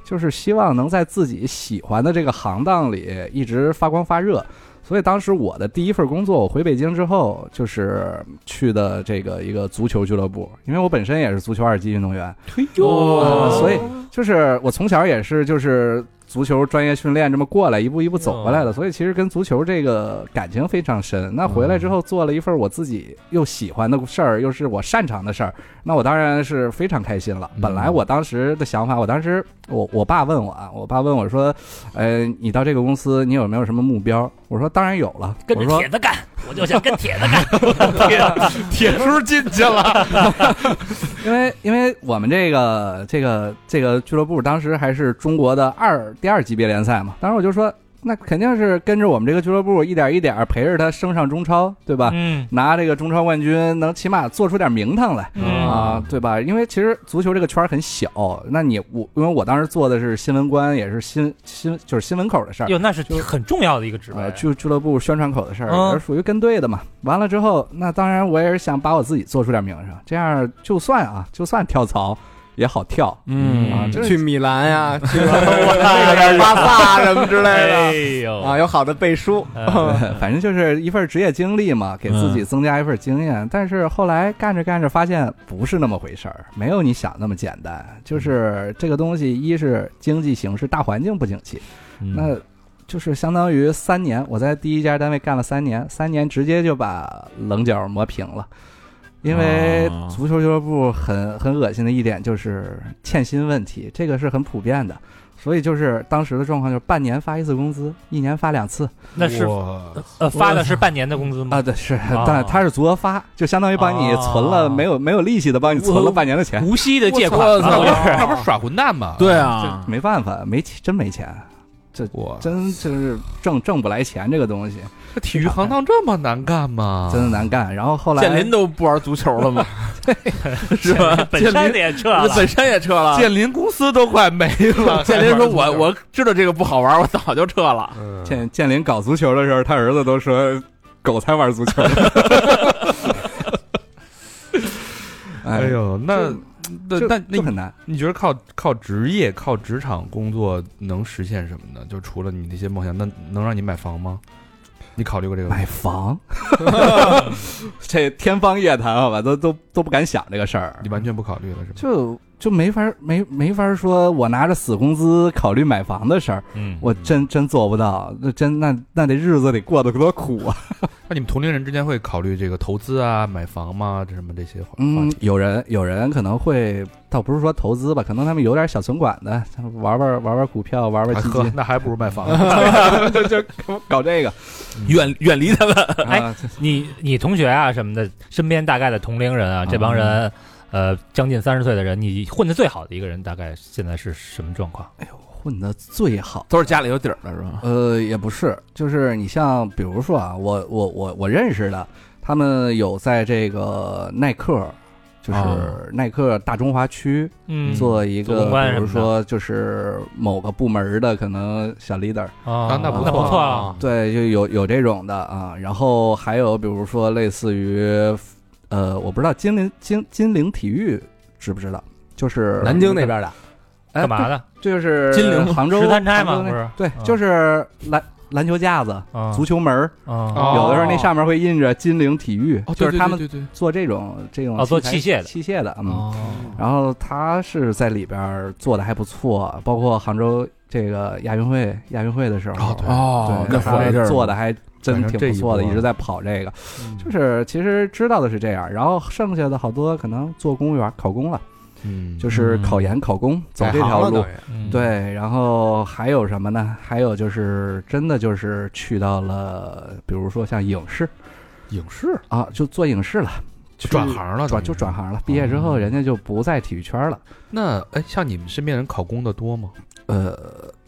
就是希望能在自己喜欢的这个行当里一直发光发热。所以当时我的第一份工作，我回北京之后，就是去的这个一个足球俱乐部，因为我本身也是足球二级运动员，
啊
哦
呃
哦
所以就是我从小也是就是足球专业训练这么过来，一步一步走过来
哦
的，所以其实跟足球这个感情非常深。那回来之后做了一份我自己又喜欢的事儿，又是我擅长的事儿，那我当然是非常开心了。
嗯
本来我当时的想法，我当时我我爸问我啊，我爸问我说，呃，你到这个公司你有没有什么目标？我说当然有了，
跟
我
着
说
铁子干，我就想跟铁子 干。
铁叔进去了，
因为因为我们这个这个这个俱乐部当时还是中国的二第二级别联赛嘛，当时我就说，那肯定是跟着我们这个俱乐部一点一点陪着他升上中超，对吧？
嗯
拿这个中超冠军，能起码做出点名堂来。
嗯
啊，对吧？因为其实足球这个圈儿很小，那你我因为我当时做的是新闻官，也是新新就是新闻口的事儿，
哟，那是很重要的一个职
呃，
位。
俱俱乐部宣传口的事儿，
嗯
也是属于跟队的嘛。完了之后，那当然我也是想把我自己做出点名声，这样就算啊，就算跳槽也好跳。
嗯
啊
啊，
这
去米兰呀，去巴萨什么之
哎
类
呦
的啊，有好的背书。
嗯
反正就是一份职业经历嘛，给自己增加一份经验。但是后来干着干着发现不是那么回事儿，没有你想那么简单。就是这个东西，一是经济形势大环境不景气，那就是相当于三年，我在第一家单位干了三年，三年直接就把棱角磨平了。因为
哦
足球俱乐部很很恶心的一点就是欠薪问题，这个是很普遍的，所以就是当时的状况就是半年发一次工资，一年发两次
那是
哇
呃发的是半年的工资
啊，啊
吗？
对是
哦，
但它是足额发，就相当于帮你存了
哦
没有没有利息的帮你存了半年的 钱，
无息的借款，啊
那不是耍混蛋吗？
对啊，
没办法，没钱真没钱，
我
真就是挣挣不来钱这个东西，
这体育行当这么难干吗？
真的难干。然后后来
建林都不玩足球 了吗？是吧？
本山的也撤了，
本山也撤了。
建林公司都快没 了。
建林说：“我 我知道这个不好玩，我早就撤了。
嗯
建建林搞足球的时候，他儿子都说狗才玩足球。
哎呦，那那
这，
那那
就很难。
你觉得靠靠职业、靠职场工作能实现什么呢？就除了你那些梦想，那能让你买房吗？你考虑过这个问题？
买 房，这天方夜谭，好吧，都都都不敢想这个事儿
你，完全不考虑了是吧？
就就没法没没法说，我拿着死工资考虑买房的事儿，
嗯，
我真真做不到，那真那那得日子得过得多苦啊！
那你们同龄人之间会考虑这个投资啊、买房吗？这什么这些话话
嗯
题？，
有人有人可能会，倒不是说投资吧，可能他们有点小存款的，玩玩玩玩股票，玩玩
还
啊
基
喝
金，
啊那还不如买房呢。
就就搞这 个。
远远离他们。
哎
啊，
你你同学啊什么的，身边大概的同龄人啊，这帮人，呃，将近三十岁的人，你混的最好的一个人，大概现在是什么状况？
混的最好。
都是家里有底儿的，是
啊
吧？
呃，也不是，就是你像比如说啊，我我我我认识的，他们有在这个耐克，就是
哦
耐克大中华区、
啊嗯
做一
做
个
公，关
比
什
如
么的
说就是某个部门的可能小 leader，
啊，
那
那
不
不错啊，
对，就有有这种的啊。然后还有比如说类似于，呃，我不知道金陵金金陵体育知不知道，就是
南京那边的，
哎
干嘛的？哦
就是
金陵
杭州
石滩钗嘛，
杭
不
州那
是？
对，就是篮篮球架子、
啊
足球门儿。
啊
有的时候那上面会印着金陵体育，
哦，
就是他们
对对对
做这种这种
哦做
材
器械的
器械的，嗯。
哦，
然后他是在里边儿做的还不错，包括杭州这个亚运会亚运会的时候，
哦
对，他做的还真
赶上
挺
这
不
一
错的，
波嗯
一直在跑这个。
就
就是是其实知道的是这样，然后剩下的好多可能做公务员考公了，
嗯，
就是
嗯
考研考公走这
改行
条
了
路
等。于
嗯，
对，然后还有什么呢？还有就是真的就是去到了，比如说像影视，
影视
啊，就做影视了，
就转行了，
转就转。
哦
行了。毕业之后，人家就不在体育圈了。
那哎，像你们身边人考公的多吗？
呃，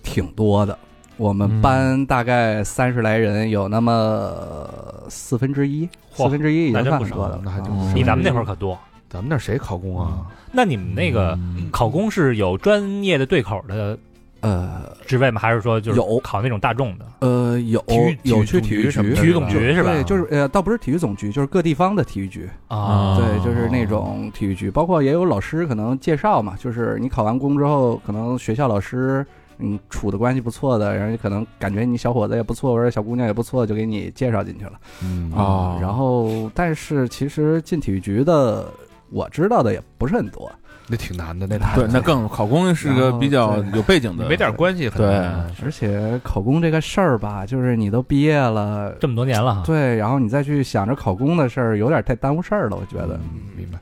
挺多的。我
嗯
们班大概三十来人，有那么呃四分之一，
嚯
四分之一已
那
经算
真不
很
少
多的了，
那还
啊
真不少
比咱们那会儿可多。
咱们那儿谁考公啊？
那你们那个
嗯
考公是有专业的对口的
呃
职位吗？还是说就是
有
考那种大众的？
呃有
体育
有去
体育
体育
总局什么
局
的
体育总局是吧？
对，就是呃，倒不是体育总局，就是各地方的体育局，
啊，
对，就是那种体育局，包括也有老师可能介绍嘛，就是你考完公之后，可能学校老师嗯处的关系不错的，然后可能感觉你小伙子也不错，或者小姑娘也不错，就给你介绍进去了
嗯
啊、然后，但是其实进体育局的我知道的也不是很多，
那挺难的，那
对，那更考公是个比较有背景的，
没点关系很难。啊
而且考公这个事儿吧，就是你都毕业了。
这么多年了哈，
对，然后你再去想着考公的事儿，有点太耽误事儿了，我觉得。
嗯明白。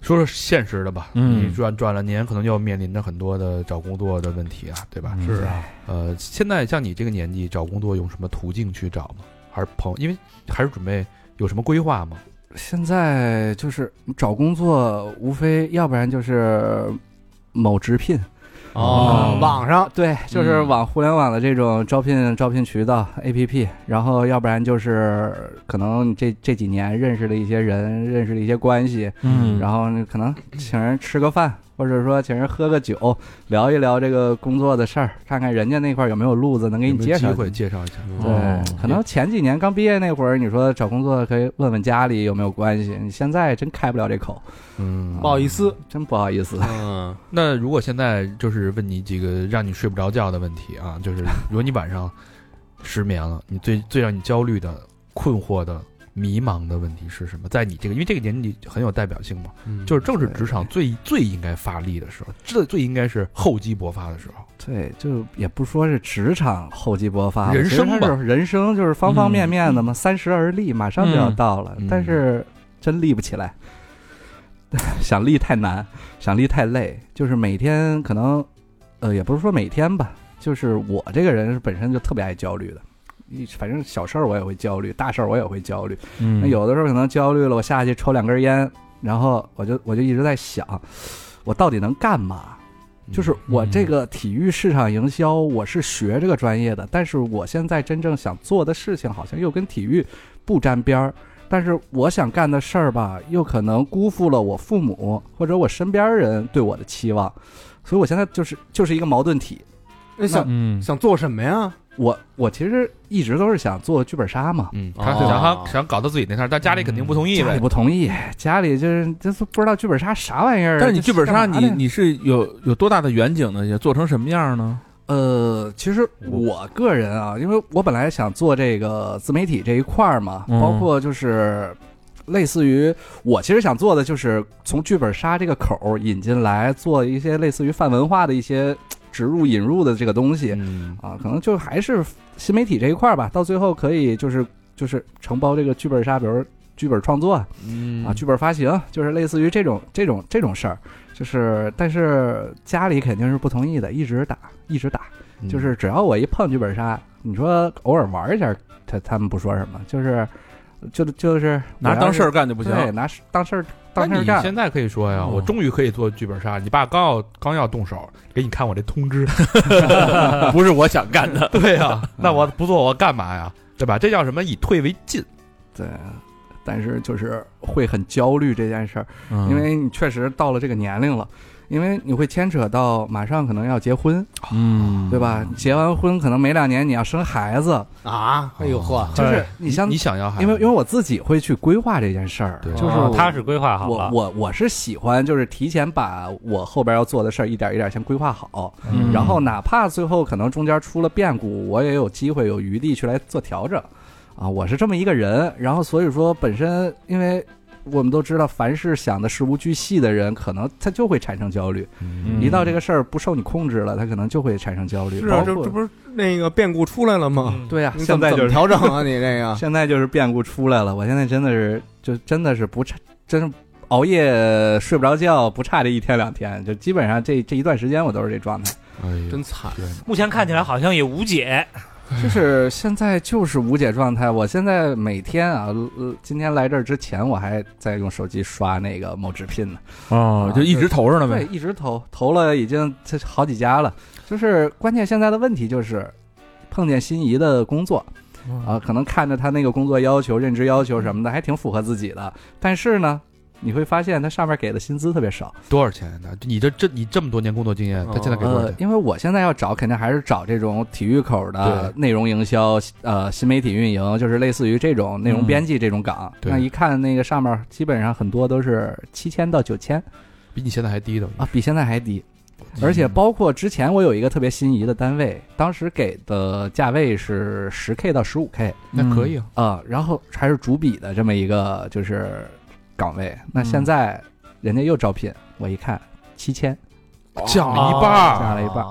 说说现实的吧，
嗯
你转转了年，可能又面临着很多的找工作的问题啊，对吧？
是啊，
呃，现在像你这个年纪找工作，用什么途径去找吗？还是朋友？因为还是准备有什么规划吗？
现在就是找工作，无非要不然就是某直聘，
嗯
嗯
哦，网上
对，就是往互联网的这种招聘招聘渠道 APP，然后要不然就是可能这这几年认识的一些人，认识的一些关系，
嗯
然后可能请人吃个饭，或者说请人喝个酒，聊一聊这个工作的事儿，看看人家那块儿有没有路子能给
有
你
没有
介
机
绍。
会介绍一下。
对
哦，
可能前几年刚毕业那会儿，你说找工作可以问问家里有没有关系，你现在真开不了这口。
嗯
不，好意思，
真不好意思。
嗯，
那如果现在就是问你几个让你睡不着觉的问题啊， 就是如果你晚上失眠了，你最最让你焦虑的、困惑的、迷茫的问题是什么？在你这个，因为这个年纪很有代表性嘛，
嗯
就是正是职场最最应该发力的时候，这最应该是厚积薄发的时候。
对，就也不说是职场厚积薄发吧，
人生
其
吧
实它是人生就是方方面面的嘛。三十而立，马上就要到了，
嗯
但是真立不起来， 想立太难，想立太累，就是每天可能，呃，也不是说每天吧，就是我这个人是本身就特别爱焦虑的。一反正小事儿我也会焦虑，大事儿我也会焦虑。那
那
有的时候可能焦虑了，我下去抽两根烟，然后我就我就一直在想，我到底能干嘛？就是我这个体育市场营销，我是学这个专业的，但是我现在真正想做的事情好像又跟体育不沾边儿，但是我想干的事儿吧，又可能辜负了我父母或者我身边人对我的期望，所以我现在就是就是一个矛盾体。
那哎想
嗯
想做什么呀？
我我其实一直都是想做剧本杀嘛，
嗯，他
哦
想他想搞到自己那套，但家里肯定不同意
家里
嗯
呗。
不同意，家里就是就是不知道剧本杀啥玩意儿。
但是你
这
剧本杀，
干嘛
你
的呀
你是有有多大的远景呢？也做成什么样呢？
呃，其实我个人啊，因为我本来想做这个自媒体这一块儿嘛，
嗯
包括就是类似于我其实想做的就是从剧本杀这个口儿引进来，做一些类似于泛文化的一些植入引入的这个东西
嗯，
啊，可能就还是新媒体这一块儿吧，到最后可以就是就是承包这个剧本杀，比如剧本创作啊，
嗯
啊，剧本发行，就是类似于这种这种这种事儿，就是但是家里肯定是不同意的，一直打一直打，
嗯
就是只要我一碰剧本杀，你说偶尔玩一下，他他们不说什么，就是就就是
拿着当事儿干就不
不
行。
对，拿事当事儿当事
那
儿
你
干，
现在可以说呀，
哦
我终于可以做剧本杀。你爸刚要刚要动手，给你看我这 通知。
嗯
不是我想干 的，
对呀， 那我不做我干嘛呀？对吧？这叫什么？以退为进。
对。但是就是会很焦虑这件事儿，因
因
为你确实到了这个年龄了，因为你会牵扯到马上可能要结婚，
嗯，
对吧？结完婚可能没两年你要生孩子，
啊，哎呦嚯，
就是你像
你想要孩子，
因为因为我自己会去规划这件事儿，
对
就是
啊
我
他是规划好
嗯我
了，
我我是喜欢就是提前把我后边要做的事儿一点一点先规划好，
嗯
然后哪怕最后可能中间出了变故，我也有机会有余地去来做调整，啊，我是这么一个人，然后所以说本身因为。我们都知道，凡是想的事无巨细的人，可能他就会产生焦虑。
嗯
一到这个事儿不受你控制了，他可能就会产生焦虑。
是啊，这
包括
这不是那个变故出来了吗？
对呀、
你怎
现
么
在
怎
就
么
是
调整啊？你这 个
现在就是变故出来了，我现在真的是就真的是不差，真是熬夜睡不着觉，不差这一天两天，就基本上这这一段时间我都是这状态。
哎
真惨，
目前看起来好像也无解。
就是现在就是无解状态，我现在每天啊，呃今天来这儿之前我还在用手机刷那个某直聘呢，
啊
哦，就一直投着呢
对，
呗。
一直投投了已经这好几家了，就是关键现在的问题就是碰见心仪的工作。
嗯
啊，可能看着他那个工作要求、认知要求什么的，还挺符合自己的。但是呢，你会发现他上面给的薪资特别少。
多少钱呢？你这这你这么多年工作经验，他现在给多少
呃
哦
钱，？
因为我现在要找，肯定还是找这种体育口的内容营销，呃，新媒体运营，就是类似于这种内容编辑这种岗。
对
那一看那个上面，基本上很多都是七千到九千
比你现在还低的。
啊，比现在还低。而
嗯
且包括之前我有一个特别心仪的单位，当时给的价位是十 K 到十五 K。
那可以啊，
啊，然后还是主笔的这么一个就是岗位。
嗯
那现在人家又招聘，我一看七千，
嗯
降了一
加
半，
了一半，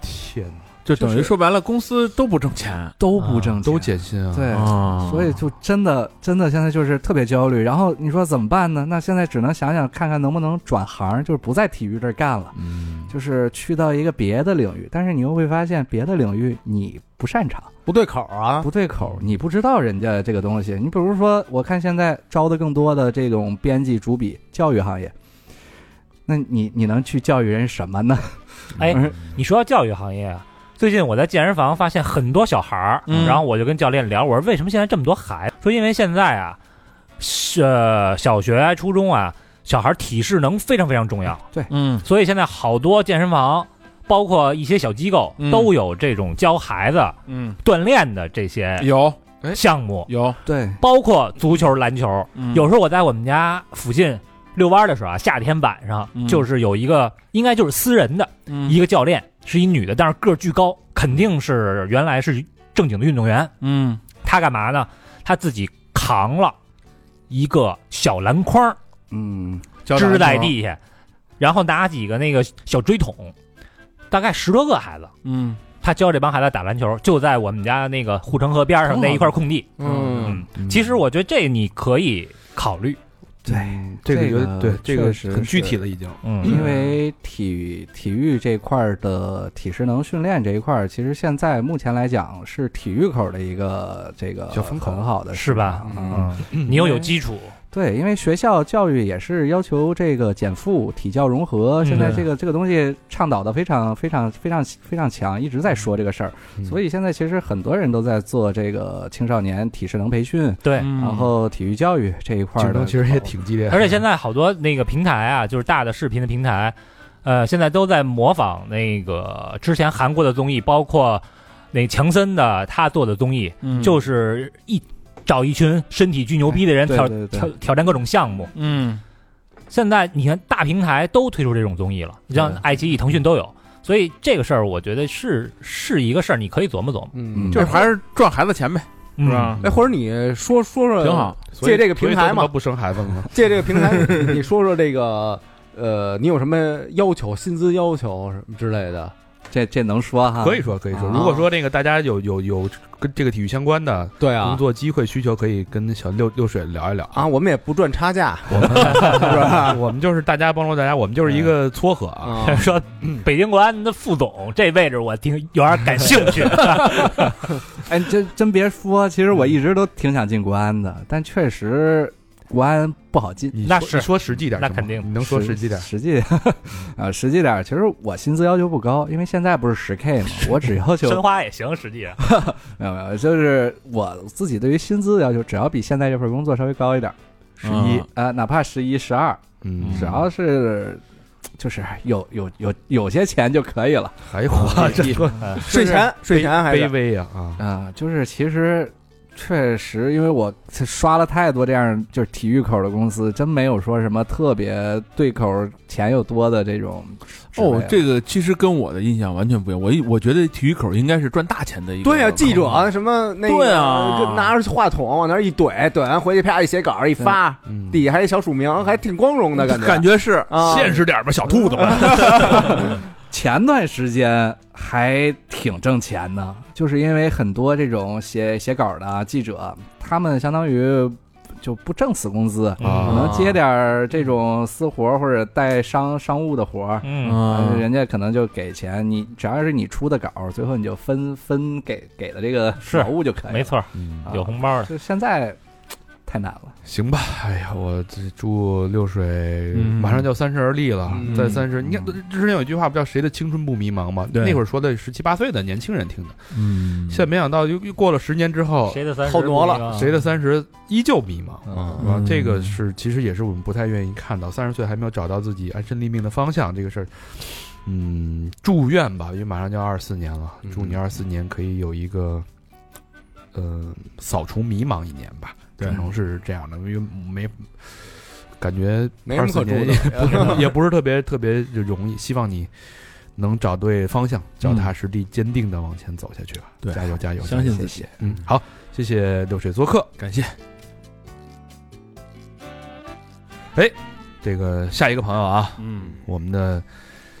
天哪，
哦就等于说白了，公司都不挣钱
都不挣钱，
都减薪啊！
对。
啊
所以就真的真的现在就是特别焦虑，然后你说怎么办呢？那现在只能想想看看能不能转行，就是不在体育这儿干了，
嗯，
就是去到一个别的领域。但是你又会发现别的领域你不擅长，
不对口啊，
不对口，你不知道人家这个东西。你比如说，我看现在招的更多的这种编辑、主笔，教育行业，那你你能去教育人什 么呢？
哎，你说到教育行业啊，最近我在健身房发现很多小孩儿，
嗯
然后我就跟教练聊，我说为什么现在这么多孩子？说因为现在啊，是呃小学、初中啊，小孩体适能非常非常重要，
嗯
所以现在好多健身房，包括一些小机构
嗯
都有这种教孩子
嗯，
锻炼的这些
有
项目，
有
对，
包括足球、篮球。
嗯
有时候我在我们家附近遛弯儿的时候啊，夏天晚上
嗯
就是有一个，应该就是私人的
嗯
一个教练，是一女的，但是个儿巨高，肯定是原来是正经的运动员。
嗯
她干嘛呢？她自己扛了一个小篮筐儿
嗯，
支在地下，然后拿几个那个小锥桶，大概十多个孩子。
嗯
他教这帮孩子打篮球，就在我们家那个护城河边上那一块空地。
嗯，
嗯
其实我觉得这你可以考虑。
对，
这个有对这个
嗯确实
很具
是
体了，已经。
嗯
因为体体育这块儿的体适能训练这一块儿，其实现在目前来讲是体育口的一个这个
小风口嗯
很好的嗯
是吧
嗯
市场？
你又有基础，
对，因为学校教育也是要求这个减负、体教融合，现
嗯
在这个、这个东西倡导的非常非常非常非常强，一直在说这个事儿，
嗯
所以现在其实很多人都在做这个青少年体适能培训，
对，
嗯
然后体育教育这一块
竞
儿的
争其实也挺激烈的，
而且现在好多那个平台啊，就是大的视频的平台，呃，现在都在模仿那个之前韩国的综艺，包括那强森的他做的综艺，
嗯
就是一找一群身体巨牛逼的人
对
挑
对对
挑挑战各种项目。
嗯，
现在你看大平台都推出这种综艺了，你像爱奇艺、腾讯都有，所以这个事儿我觉得是是一个事儿，你可以琢磨琢磨，
嗯，
就是还是赚孩子钱呗，
嗯
是吧？
哎，或者你说说 说
挺好。
所以
借这个平台嘛
所以都他妈不生孩子了吗？
借这个 平台，你说说这个呃，你有什么要求、薪资要求什么之类的？
这这能说哈？
可以说可以说，如果说那个大家有有有跟这个体育相关的
对
工
啊，
作机会需求，可以跟小六六水聊一聊。
啊，我们也不赚差价，
我们就是大家帮助大家，我们就是一个撮合啊。
啊，
嗯 说北京国安的副总这位置我挺有点感兴趣，
哎，真真别说，其实
嗯
我一直都挺想进国安的，但确实国安不好进。
你
那
说
是
你说实际点
那
行吗，
肯定
你能说实际点。
实际 啊，实际点儿。其实我薪资要求不高，因为现在不是十 K 嘛，我只要求
申花也行，实际上
没有没有，就是我自己对于薪资的要求，只要比现在这份工作稍微高一点儿，十一呃，哪怕十一、十二，
嗯，
只要是就是有有有有些钱就可以了
还有啊， 这个
税前税前还
卑
是
微啊啊！
啊、就是其实。确实，因为我刷了太多这样就是体育口的公司，真没有说什么特别对口钱又多的这种职位了。
哦，这个其实跟我的印象完全不一样。我一我觉得体育口应该是赚大钱的一个。
对啊，记者啊什么那个
对啊
就拿着话筒往那儿一怼，怼完回去啪一写稿一发，
嗯
底下还一小署名，还挺光荣的感觉，
感觉是
啊，
现实点吧，小兔子们。
前段时间还挺挣钱的，就是因为很多这种写写稿的啊记者，他们相当于就不挣死工资，可
啊
能接点儿这种私活儿或者带商商务的活儿。
嗯，
但是
嗯，
人家可能就给钱，你只要是你出的稿儿，最后你就分分给给的这个
是
劳务就可以了。
没，错，
嗯
有红包的。
就现在太难了。
行吧，哎呀，我这祝六水
嗯
马上就三十而立了，
嗯
在三十，你看之前有一句话不叫“谁的青春不迷茫”吗？
对
那会儿说的十七八岁的年轻人听的，
嗯
现在没想到又又过了十年之后，
谁的三十
好多了
不一样啊
谁的三十依旧迷茫啊
嗯！
是吧
嗯
这个是其实也是我们不太愿意看到，三十岁还没有找到自己安身立命的方向这个事儿。嗯，祝愿吧，因为马上就要二四年了，
嗯
祝你二四年可以有一个，呃，扫除迷茫一年吧，只能是这样的，因为没感觉
没什
二
么可
四
说
年
的
也不是也不是特别特别容易，希望你能找对方向，脚踏实地，坚定的往前走下去吧，
嗯对
加油加油，
相信
加油
自
己。
嗯，好，谢谢六水做客，
感谢
哎这个下一个朋友啊，
嗯，
我们的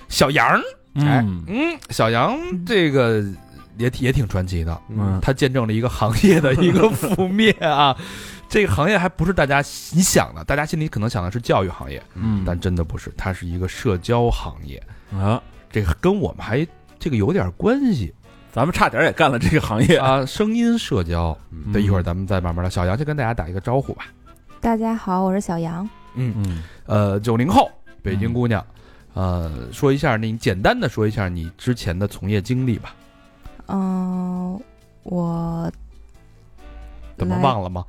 小杨儿，
哎
嗯，小杨这个也挺也挺传奇的，
嗯
他见证了一个行业的一个 覆灭啊。这个行业还不是大家你想的，大家心里可能想的是教育行业，
嗯
但真的不是，它是一个社交行业，
啊，
这个跟我们还这个有点关系
咱们差点也干了这个行业。
啊，声音社交。
嗯
对，一会儿咱们再慢慢聊。小杨先跟大家打一个招呼吧。
大家好，我是小杨。
嗯
呃，九零后北京姑娘，呃，说一下你简单的说一下你之前的从业经历吧。
嗯、我
怎么
来
忘了吗？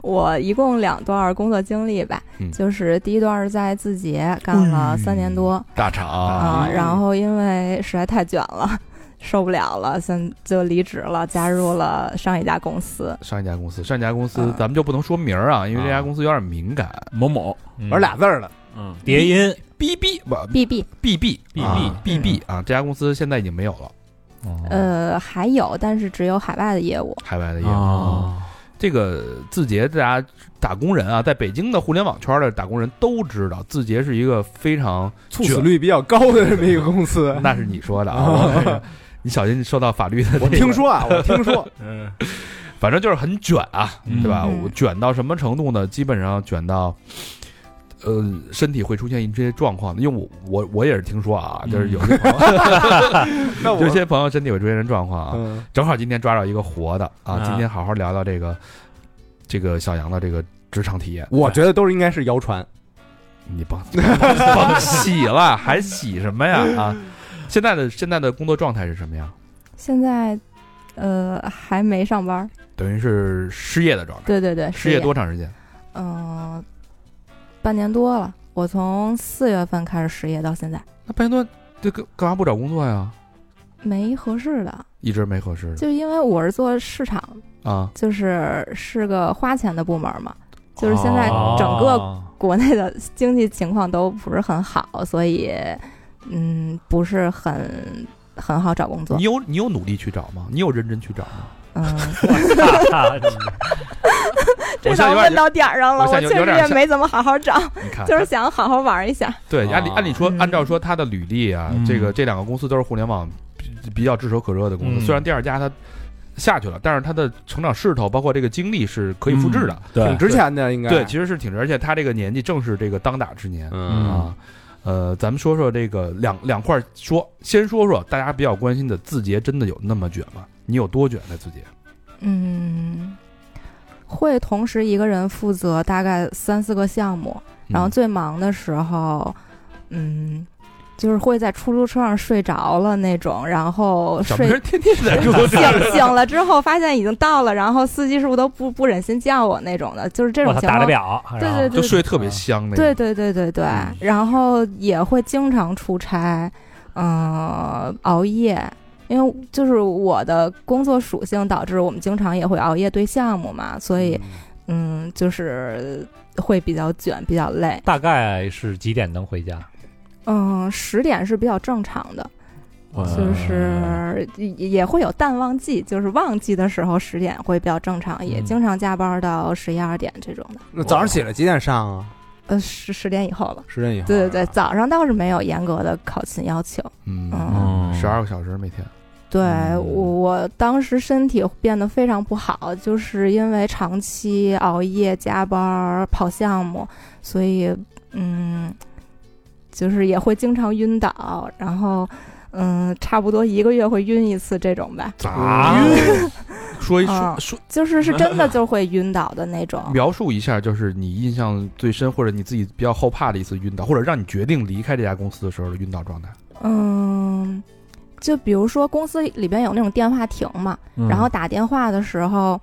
我一共两段工作经历吧，
嗯
就是第一段是在字节干了三年多
大厂，
啊、
嗯
然后因为实在太卷了，受不了了，现就离职了，加入了上一家公司。
上一家公司，上一家公司
嗯
咱们就不能说名儿啊，因为这
啊
家公司有点敏感。
某某，
玩俩字儿了，
嗯
叠音，
B B 不
B B，
B B B
BB
B B
嗯
啊，这家公司现在已经没有了
哦
哦
呃，还有，但是只有海外的业务。
海外的业务。
啊，
这个字节，大家打工人啊，在北京的互联网圈的打工人都知道，字节是一个非常。
猝死率比较高的这么一个公司
那是你说的 啊，我你小心受到法律的这个。
哦我听说啊，我听 说，
嗯
反正就是很卷啊，
嗯
对吧？
嗯
我卷到什么程度呢？基本上卷到，呃，身体会出现一些状况的。因为我我我也是听说
嗯
啊，就是有些朋 友、
那我
有些朋友身体会出现状况啊。
嗯
正好今天抓到一个活的啊，
啊
今天好好聊聊这个这个小杨的这个职场体验。
我觉得都是应该是谣传。
你甭 甭洗了，还洗什么呀啊！现在的现在的工作状态是什么样？
现在呃还没上班儿，
等于是失业的状态。
对对对，
失业多长时间？
嗯、半年多了，我从四月份开始失业到现在，
那白多这个干嘛不找工作呀？
没合适的，
一直没合适的
就因为我是做市场，
啊。
就是是个花钱的部门嘛，就是现在整个国内的经济情况都不是很好，所以嗯不是很很好找工作
你。有你有努力去找吗？你有认真去找吗？
嗯，
我
这
现在
倒
有
问
点
到点儿上了，
我
我
现在有
确实
有点啊
也
像
没怎么好好找，
你看，
就是想好好玩一下。
对，按理按理说，
嗯
按照说他的履历啊，
嗯
这个这两个公司都是互联网比比较炙手可热的公
嗯
司。虽然第二家它下去了，但是它的成长势头，包括这个经历是可以复制的，
挺值钱的，应该
对，其实是挺值。而且他这个年纪正是这个当打之年、
嗯
啊。呃，咱们说说这个两两块儿说，先说说大家比较关心的字节，真的有那么卷吗？你有多卷在字节？
嗯，会同时一个人负责大概三四个项目，
嗯
然
嗯
后最忙的时候，嗯，就是会在出租车上睡着了那种，然后
小明
睡
儿天天在出租车上
醒醒了之后发现已经到了，然后司机师傅都不不忍心叫我那种的，就是这
我
种
操，
情
打
况
了。表，
对
然后
对 对
就睡特别香那
对
个。
对对对对，然后也会经常出差，嗯、熬夜，因为就是我的工作属性导致我们经常也会熬夜对项目嘛，所以嗯，就是会比较卷，比较累。
大概是几点能回家？
嗯，十点是比较正常的，就是也也会有淡旺季，就是旺季的时候十点会比较正常，也
嗯
经常加班到十一二点这种的，
那早上起来几点上啊？
呃，十十点以后了。
十点以后。啊
对对对，早上倒是没有严格的考勤要求。
嗯
嗯，
十二个小时每天。
对
嗯
我我当时身体变得非常不好，就是因为长期熬夜、加班儿、跑项目，所以嗯，就是也会经常晕倒，然后嗯，差不多一个月会晕一次这种吧，
咋？说一说
嗯
说，。
就是是真的就会晕倒的那种
描述一下，就是你印象最深或者你自己比较后怕的一次晕倒，或者让你决定离开这家公司的时候的晕倒状态。
嗯，就比如说公司里边有那种电话亭嘛，
嗯
然后打电话的时候，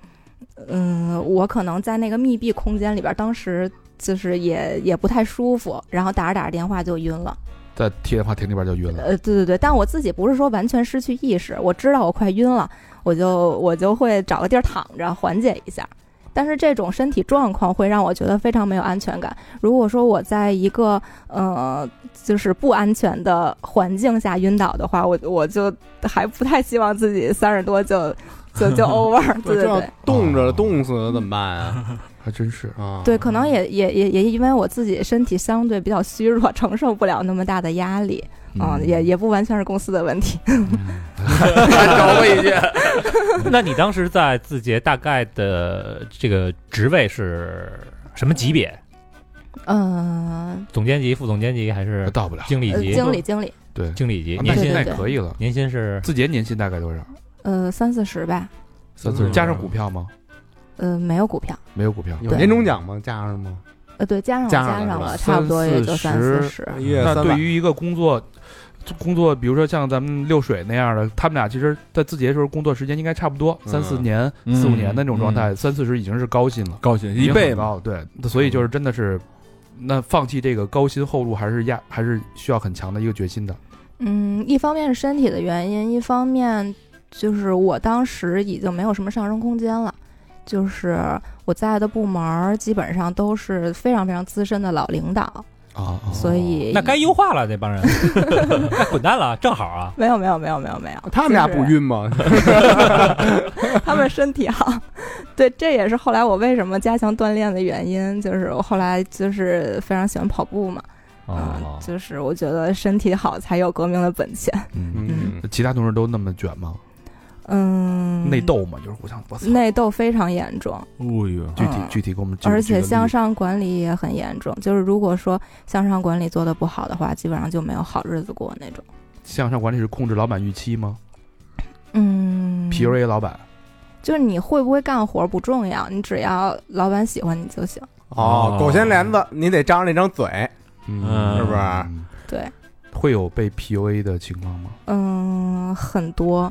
嗯，我可能在那个密闭空间里边，当时就是也也不太舒服，然后打着打着电话就晕了。
在电话亭里边就晕了，
呃，对对对，但我自己不是说完全失去意识，我知道我快晕了，我就我就会找个地儿躺着缓解一下。但是这种身体状况会让我觉得非常没有安全感。如果说我在一个呃就是不安全的环境下晕倒的话，我我就还不太希望自己三十多就就就 over。对
这
对
要
对。
冻
哦
着了冻死了怎么办啊？
还真是。
啊，
对，可能也也也也因为我自己身体相对比较虚弱，承受不了那么大的压力，嗯，也也不完全是公司的问题。
找我一句，
那你当时在字节大概的这个职位是什么级别？
嗯，
总监级、副总监级还是
到不了。
经理
呃
级？
经理经理，
对，啊
经理级，
那
年
现
薪
在
对对
可以了。
年薪是
字节年薪大概多少？
呃，三四十吧，
三四十，嗯加上股票吗？
呃，没有股票，
没有股票。
有
对
年终奖吗？加上吗？
呃，对，加上我
加上
加
了是
上
吧
了，差不多也就
三
三
四
四
十
十。
一月
那
三
对
万。
于一个工作，工作，比如说像咱们六水那样的，他们俩其实在字节的时候工作时间应该差不多，三四年、
嗯
四五年的那种状态，三四十已经是高薪了。
高兴
已
一
经
倍
很
吧。
高，对，所以就是真的是，那放弃这个高薪厚禄还是压还是需要很强的一个决心的。
嗯，一方面是身体的原因，一方面就是我当时已经没有什么上升空间了。就是我在的部门儿基本上都是非常非常资深的老领导，
啊，
所以
那该优化了，这帮人该滚蛋了，正好啊。
没有没有没有没有没有，
啊
他们俩不晕 吗？
他们身体好， 对，这也是后来我为什么加强锻炼的原因，就是我后来就是非常喜欢跑步嘛，啊、
哦，
就是我觉得身体好才有革命的本钱，
嗯，
嗯
其他同事都那么卷吗？
嗯，
内斗嘛，就是互相我操。
内斗非常严重，
哎呦，
具体
嗯
具体给我们举，
而且
举个
向
例子
上管理也很严重，就是如果说向上管理做的不好的话，基本上就没有好日子过那种，
向上管理是控制老板预期吗
嗯，
？PUA 老板
就是你会不会干活不重要，你只要老板喜欢你就行，
哦，狗衔帘子，你得张着那张嘴，
嗯
是不是？
对，
会有被 PUA 的情况吗？
嗯，很多，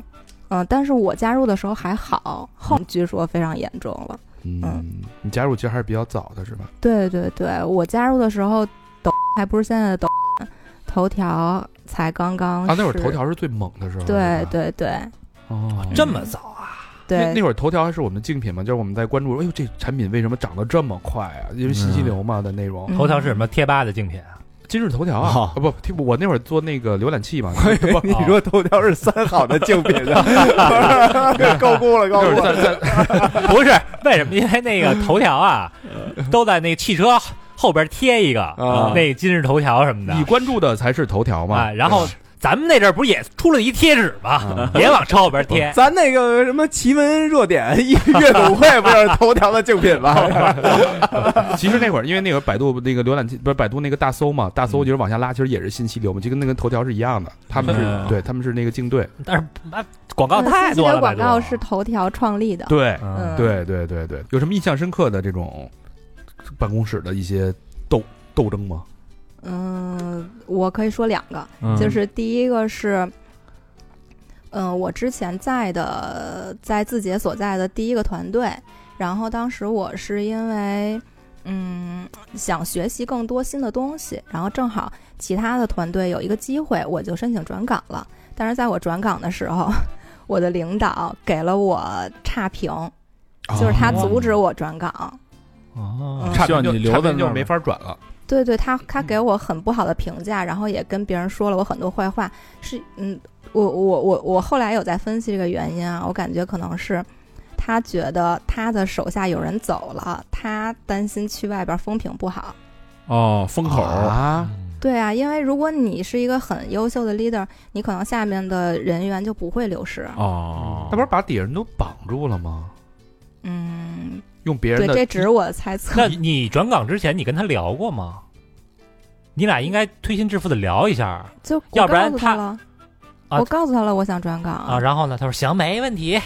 嗯，但是我加入的时候还好，后据说非常严重了。
嗯，你加入其实还是比较早的，是吧？
对对对，我加入的时候，抖还不是现在的抖音，头条才刚刚
啊，那会儿
是
头，条是最猛的时候。
对
吧，
对对
哦，
这么早啊？
那
对
那会儿头条还是我们的竞品嘛，就是我们在关注，哎呦，这产品为什么涨得这么快啊？因为信息流嘛的内容。
嗯
头条是什么贴吧的竞品啊？
今日头条啊，啊不，听我那会儿做那个浏览器嘛，
哦
不，
你说头条是三好的竞品 呢，不是高估了，高
那会
估
儿
了。
在在
不是，为什么？因为那个头条啊，都在那个汽车后边贴一个、
啊，
那今日头条什么的
你关注的才是头条嘛
啊，，然后。咱们那阵儿不是也出了一贴纸吗？也往车后边贴
咱那个什么奇闻热点一阅读会不是头条的竞品 吗？
其实那会儿，因为那个百度那个浏览器不是百度那个大搜嘛，大搜就是往下拉，其实也是信息流嘛，就跟那个头条是一样的。他们是
嗯
对，他们是那个竞对，
但是妈广告
嗯
太
信息流
多了。
广
百
告
度
是头条创立的，
对
嗯，
对对对对，有什么印象深刻的这种办公室的一些斗斗争吗？
嗯，我可以说两个，
嗯
就是第一个是，嗯，我之前在的在字节所在的第一个团队，然后当时我是因为嗯想学习更多新的东西，然后正好其他的团队有一个机会，我就申请转岗了。但是在我转岗的时候， 我的领导给了我差评，就是他阻止我转岗。嗯
差
希望
点
你留在那儿
就没法转了。
对对，他
嗯
他给我很不好的评价，然后也跟别人说了我很多坏话。是，嗯，我我我我后来有在分析这个原因啊，我感觉可能是他觉得他的手下有人走了，他担心去外边风评不好。
哦，风口
啊，
对啊，因为如果你是一个很优秀的 leader，你可能下面的人员就不会流失。
哦
那不是把底下人都绑住了吗？
嗯，
用别
对
人，的
这只是我的猜
那
测。
你转岗之前，你跟他聊过吗？你俩应该推心置腹的聊一下啊
就我
要不然
告诉
他
了，
啊
我告诉他了，我想转岗
啊。。然后呢，他说行，没问题，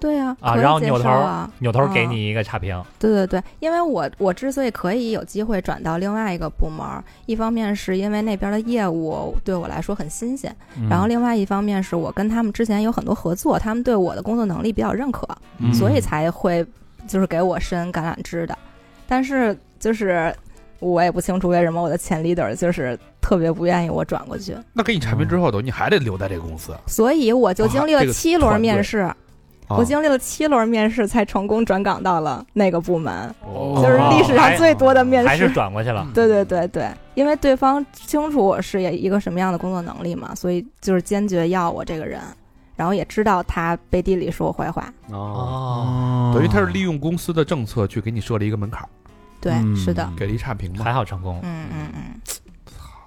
对啊，
啊
可以
然后
接
扭
受
头
啊
扭头给
啊
你一个差评。
对对对，因为我我之所以可以有机会转到另外一个部门儿，一方面是因为那边的业务对我来说很新鲜，
嗯
嗯
然后另外一方面是我跟他们之前有很多合作，他们对我的工作能力比较认可，
嗯
所以才会就是给我伸橄榄枝的。但是就是我也不清楚为什么我的前 leader 就是特别不愿意我转过去，
那给你差评之后，等于你还得留在这个公司。
所以我就经历
哇这
了
个
七轮
团队啊
面试，我经历了七轮面试才成功转岗到了那个部门，
哦
就是历史上最多的面
还
试
是。转过去了。
对对对对，因为对方清楚我是一个什么样的工作能力嘛，所以就是坚决要我这个人，然后也知道他背地里说我坏话。
哦，
等于他是利用公司的政策去给你设了一个门槛儿，
对，
嗯
嗯
是的，
给了一差评嘛。
还好成功。
嗯嗯嗯，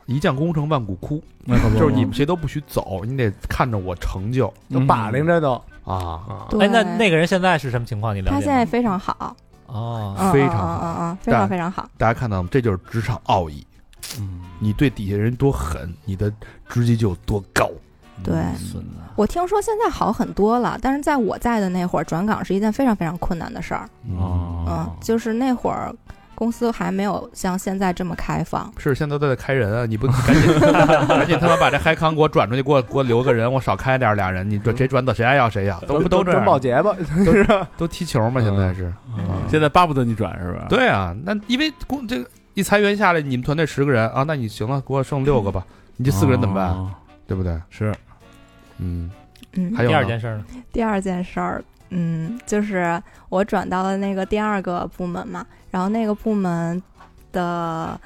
一将功成万骨枯，
那可
就是你们谁都不许走，你得看着我成就
嗯
都把拎着都
啊！
嗯对。
哎，那那个人现在是什么情况？你了解
他
吗？
现在非常好，
哦，
嗯
非
嗯
常好
嗯嗯嗯，非
但
常非常好。
大家看到吗？这就是职场奥义。你对底下人多狠，你的职级就有多高。
对我听说现在好很多了，但是在我在的那会儿，转岗是一件非常非常困难的事儿。
哦，
嗯，就是那会儿公司还没有像现在这么开放。
是现在都在开人啊！你不 赶紧赶紧他妈把这嗨康给我转出去，给我给我留个人，我少开点俩人。你转谁转走谁啊爱要谁呀？都不都这
转
样
保洁吧？
都踢球吗？现在是
嗯现在巴不得你转是吧？
对啊，那因为工这个一裁员下来，你们团队十个人啊，那你行了，给我剩六个吧，你这四个人怎么办？
哦？
对不对？
是，
嗯，
嗯，
还有
第
呢
二件事呢？
第二件事儿，嗯，就是我转到了那个第二个部门嘛，然后那个部门的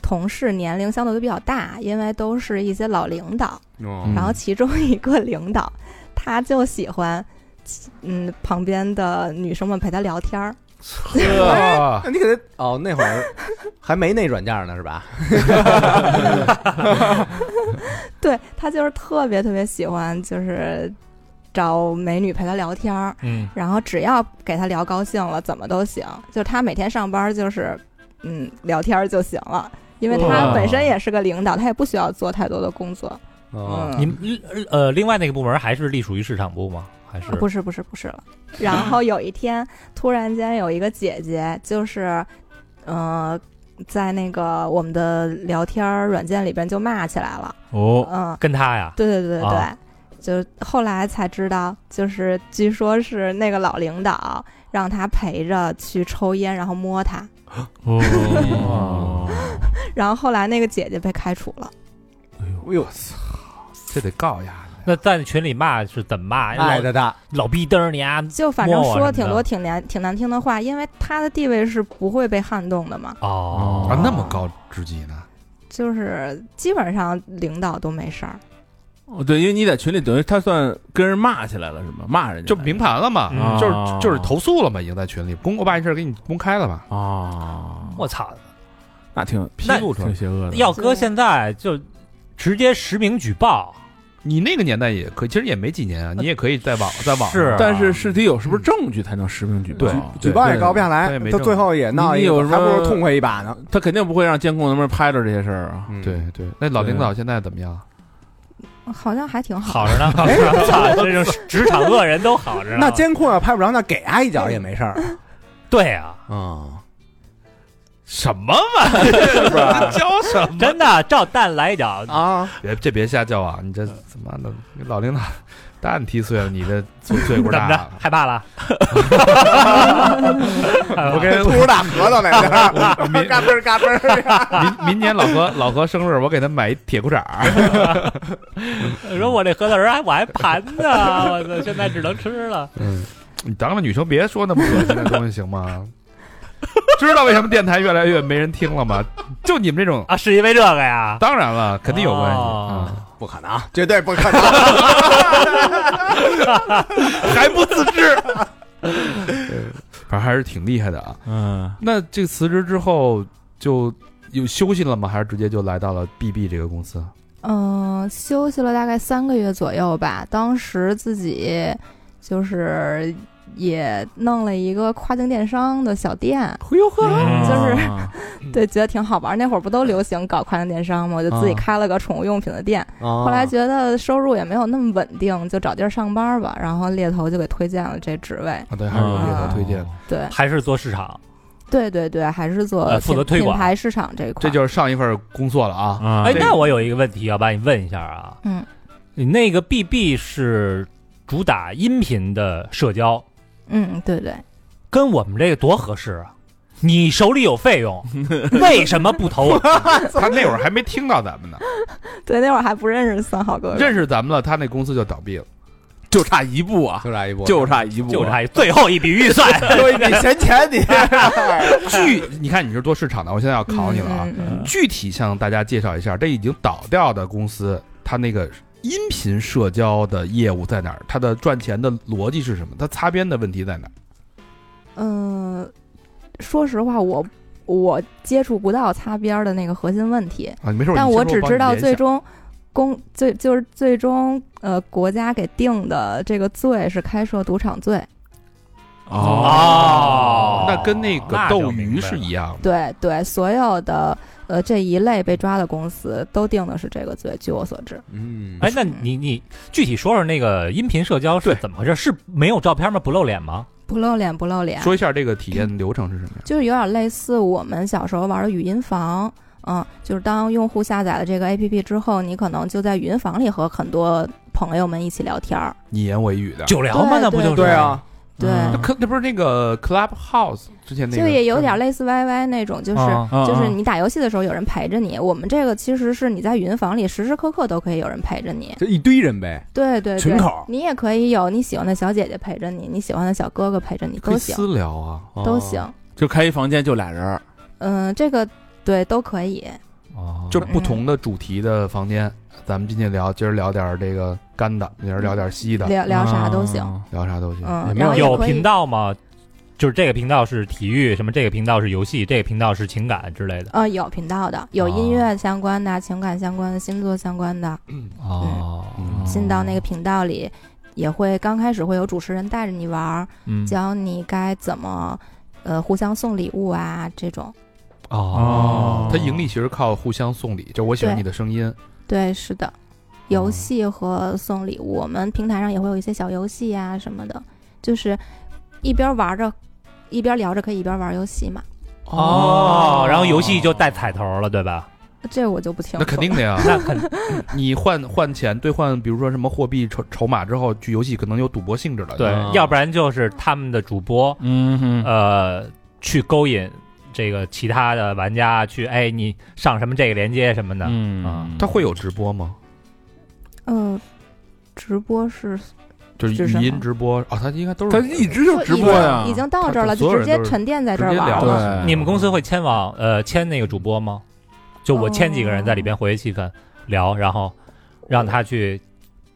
同事年龄相对都比较大，因为都是一些老领导，
哦
嗯
然后其中一个领导他就喜欢。嗯，旁边的女生们陪他聊天儿，
呵，
那你给他哦，那会儿还没那软件呢是吧？
对他就是特别特别喜欢，就是找美女陪他聊天儿，
嗯，
然后只要给他聊高兴了，怎么都行。就是他每天上班就是，嗯，聊天儿就行了，因为他
哇
本身也是个领导，他也不需要做太多的工作。
哦
你
嗯，
们呃，另外那个部门还是隶属于市场部吗？还是
啊不是不是不是了。然后有一天，突然间有一个姐姐，就是呃，在那个我们的聊天儿软件里边就骂起来了。
哦，
嗯，
跟他呀，
对对对对对，
啊
就后来才知道，就是据说是那个老领导让他陪着去抽烟，然后摸他，
哦，
然后后来那个姐姐被开除了。
哎呦，
这得告呀！
那在群里骂是怎么骂？
爱的大，
老老逼嘚儿你啊！
就反正
摸我什么的
说挺多挺难挺难听的话，因为他的地位是不会被撼动的嘛，
哦，
啊，那么高职级呢？
就是基本上领导都没事儿。
哦，对，因为你在群里等于他算 跟人骂起来了是吗？骂人家
就明盘了嘛，
嗯
就是就是投诉了嘛，已经在群里公我把这事儿给你公开了嘛。
啊，
我操！
那挺
披
那
露出来
挺邪
嗯
恶的。
要搁现在就直接实名举报，
你那个年代也可以，其实也没几年啊，你也可以在网在网
呃是
上
啊
但是是得有是不是证据才能实名举报？
对
举报也
对
告不下
他
来
也没，
到
证
最后也闹
你
一
有
个，
什
还不
么
如痛快一把呢。嗯
他肯定不会让监控那边拍着这些事儿啊。
嗯
对对，那老领导现在怎么样？
好像还挺好。
好着 呢。我操，这种职场恶人都好着呢。
哎那监控要拍不着，那给他一脚也没事儿。
对啊，
啊，
什么玩意 儿？教什么？
真的照蛋来一脚，
啊，
别这别瞎叫啊！你这他妈的，你老领导大你踢碎了，你这罪罪
怎
过
么
大
着
了？。
害怕了？
我跟
吐出大核桃来了，嘎嘣儿嘎嘣儿。
明明年老何老何生日，我给他买一铁裤衩儿。
说我这核桃仁儿我还盘呢，我操，现在只能吃了。
嗯，你当着女生别说那么恶心的东西行吗？ 知道为什么电台越来越没人听了吗？就你们这种，
啊，是因为这个呀？
当然了，肯定有关系。啊
哦
不可能，绝对不可
嗯、
能。
还不自知，反正还是挺厉害的啊。
嗯，
那这个辞职之后就有休息了吗？还是直接就来到了 BB 这个公司？
嗯、休息了大概三个月左右吧。当时自己就是也弄了一个跨境电商的小店，
嗯
就是
啊
对，觉得挺好玩儿。那会儿不都流行搞跨境电商吗？我就自己
啊
开了个宠物用品的店。
后
后来觉得收入也没有那么稳定，就找地儿上班儿吧。然后猎头就给推荐了这职位。
啊，对，还是有猎头推荐的。
对，
还是做市场？
对对对，还是做
呃负
品
责推
品
广
牌市场这一块
这
儿。
就是上一份工作了啊。
啊，
哎，
这
那我有一个问题要把你问一下啊。
嗯，
你那个 BB 是主打音频的社交，
嗯，对对，
跟我们这个多合适啊！你手里有费用，为什么不投我？
他那会儿还没听到咱们 呢，
对，那会儿还不认识三好哥哥。
认识咱们了，他那公司就倒闭了。
就差一步啊，
就差一步，
就差一步，
就差最后一啊笔预算，
说你闲钱你，
具，你看你是做市场的，我现在要考你了啊。
嗯嗯嗯
具体向大家介绍一下，这已经倒掉的公司，它那个音频社交的业务在哪儿？它的赚钱的逻辑是什么？它擦边的问题在哪儿？
嗯、说实话，我我接触不到擦边儿的那个核心问题，
啊，你没事，
但
你
我
先
只
说
知道最
终
终公最就是最终呃国家给定的这个罪是开设赌场罪。
哦
那跟那个
那就
斗
明
鱼
白
是一样的。
对对，所有的呃这一类被抓的公司都定的是这个罪，据我所知。
嗯，
哎，那你你具体说说那个音频社交是怎么回事？是没有照片吗？不露脸吗？
不露脸，不露脸，
说一下这个体验流程是什么呀？
就是有点类似我们小时候玩的语音房，嗯，就是当用户下载了这个 APP 之后，你可能就在语音房里和很多朋友们一起聊天儿。
你言我语的，
九聊吗？
对
那不就是嗯
对，啊，
对，
那可那不是那个 Clubhouse 之嗯前那个，哦
就也有点类似 YY 那种，就是、
啊
就是你打游戏的时候有人陪着你。我们这个其实是你在语音房里时时刻刻都可以有人陪着你。
就一堆人呗。
对对对，
群口
你也可以有你喜欢的小姐姐陪着你，你喜欢的小哥哥陪着你
可以
都行，
私聊啊。
都行。
就开一房间就俩人儿，
嗯、这个对都可以。
啊
就是不同的主题的房间，咱们今天聊，今儿聊点儿这个干的，明儿聊点儿稀的，
聊聊啥都行。
啊
聊啥都行。
嗯，
没
然后也
有
可以
频道吗？就是这个频道是体育，什么这个频道是游戏，这个频道是情感之类的。
呃，有频道的，有音乐相关的、情感相关的、星座相关的。嗯
哦，
进到那个频道里，也会刚开始会有主持人带着你玩儿，
嗯
教你该怎么呃互相送礼物啊这种。
哦，
它盈利其实靠互相送礼，就我喜欢你的声
嗯
音，
对，是的，
嗯
游戏和送礼物，我们平台上也会有一些小游戏啊什么的，就是一边玩着。一边聊着可以一边玩游戏嘛？
哦，然后游戏就带彩头了，对吧？
这我就不清楚。
那肯定的 呀。
那肯
你换换钱兑换，比如说什么货币筹筹码之后，去游戏可能有赌博性质了。
对，要不然就是他们的主播，
嗯哼，
呃，去勾引这个其他的玩家，去哎，你上什么这个链接什么的，
嗯
啊，
他会有直播吗？
呃，直播是
就是
是什
语
么
音直播啊，他应该都
他
是
一直就直
已
播呀
经，已经到这儿了，
所
就
有人
直接
都是
沉淀在这
直
儿
接
玩
聊
儿了。
对，
你们公司会签网呃签那个主播吗？就我签几个人在里边活跃气氛，聊，然后让他去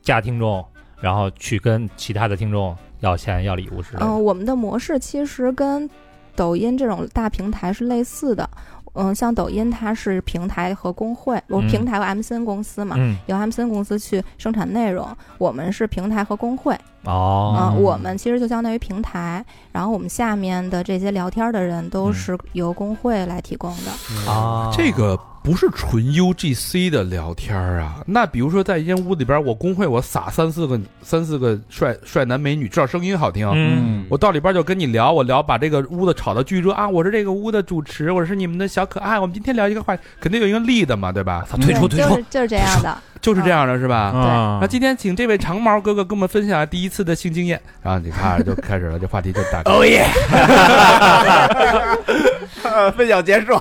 加听众，然后去跟其他的听众要钱要礼物之类
嗯、
的。
我们的模式其实跟抖音这种大平台是类似的。嗯，像抖音它是平台和工会，我
嗯
平台和 MCN 公司嘛，
嗯，
由 MCN 公司去生产内容，我们是平台和工会。
哦，
啊、我们其实就相当于平台，然后我们下面的这些聊天的人都是由工会来提供的。
啊，
这个不是纯 UGC 的聊天儿啊。那比如说在一间屋里边，我工会我撒三四个三四个帅帅男美女，至少声音好听。
嗯，
我到里边就跟你聊，我聊把这个屋子炒得巨热啊！我是这个屋的主持，我是你们的小可爱。我们今天聊一个话题，肯定有一个 lead 嘛，对吧？
对，就是就是这样的。
就是这样的，是
嗯
吧？
啊
那今天请这位长毛哥哥跟我们分享第一次的性经验，然后你看就开始了，这话题就打开。
哦耶！分享结束，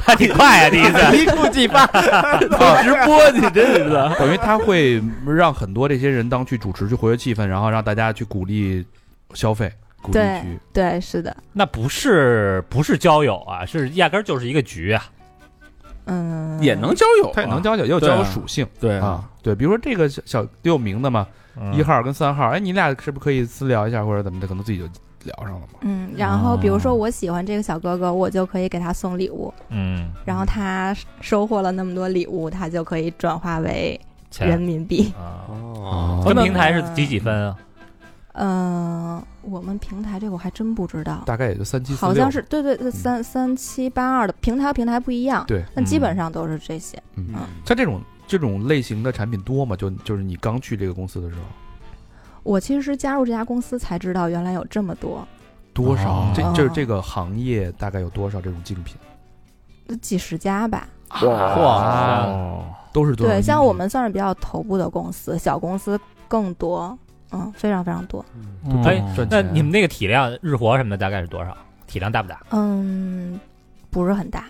还挺快啊，第一次。
一触即发。
直播，你真是的， 等于他会让很多这些人当去主持，去活跃气氛，然后让大家去鼓励消费，鼓励
对
去。
对，是的，
那不是不是交友啊，是压根儿就是一个局啊。
嗯，
也能交友啊，
他也能交友，也有
对
交
啊
友属性
对
啊。对，比如说这个小小也有名的嘛，一号跟三号，哎，你俩是不是可以私聊一下或者怎么的？可能自己就聊上了嘛。
嗯，然后比如说我喜欢这个小哥哥，我就可以给他送礼物，
嗯，
然后他收获了那么多礼物，他就可以转化为人
钱
民 币。
啊，
哦，
跟平台是几几分啊？
嗯、我们平台这个我还真不知道，
大概也就三七四六，
好像是对对对三三七八二的平台和平台不一样，
对，
但基本上都是这些。
像这种这种类型的产品多嘛？就就是你刚去这个公司的时候，
我其实是加入这家公司才知道原来有这么多，
多少？
哦
啊这就是这个行业大概有多少这种竞品？
几十家吧。
哇，
哦
都是多少
对，
竞品？
像我们算是比较头部的公司，小公司更多，嗯，非常非常多。
嗯
嗯
哎，
赚
那
钱
你们那个体量，日活什么的大概是多少？体量大不大？
嗯，不是很大，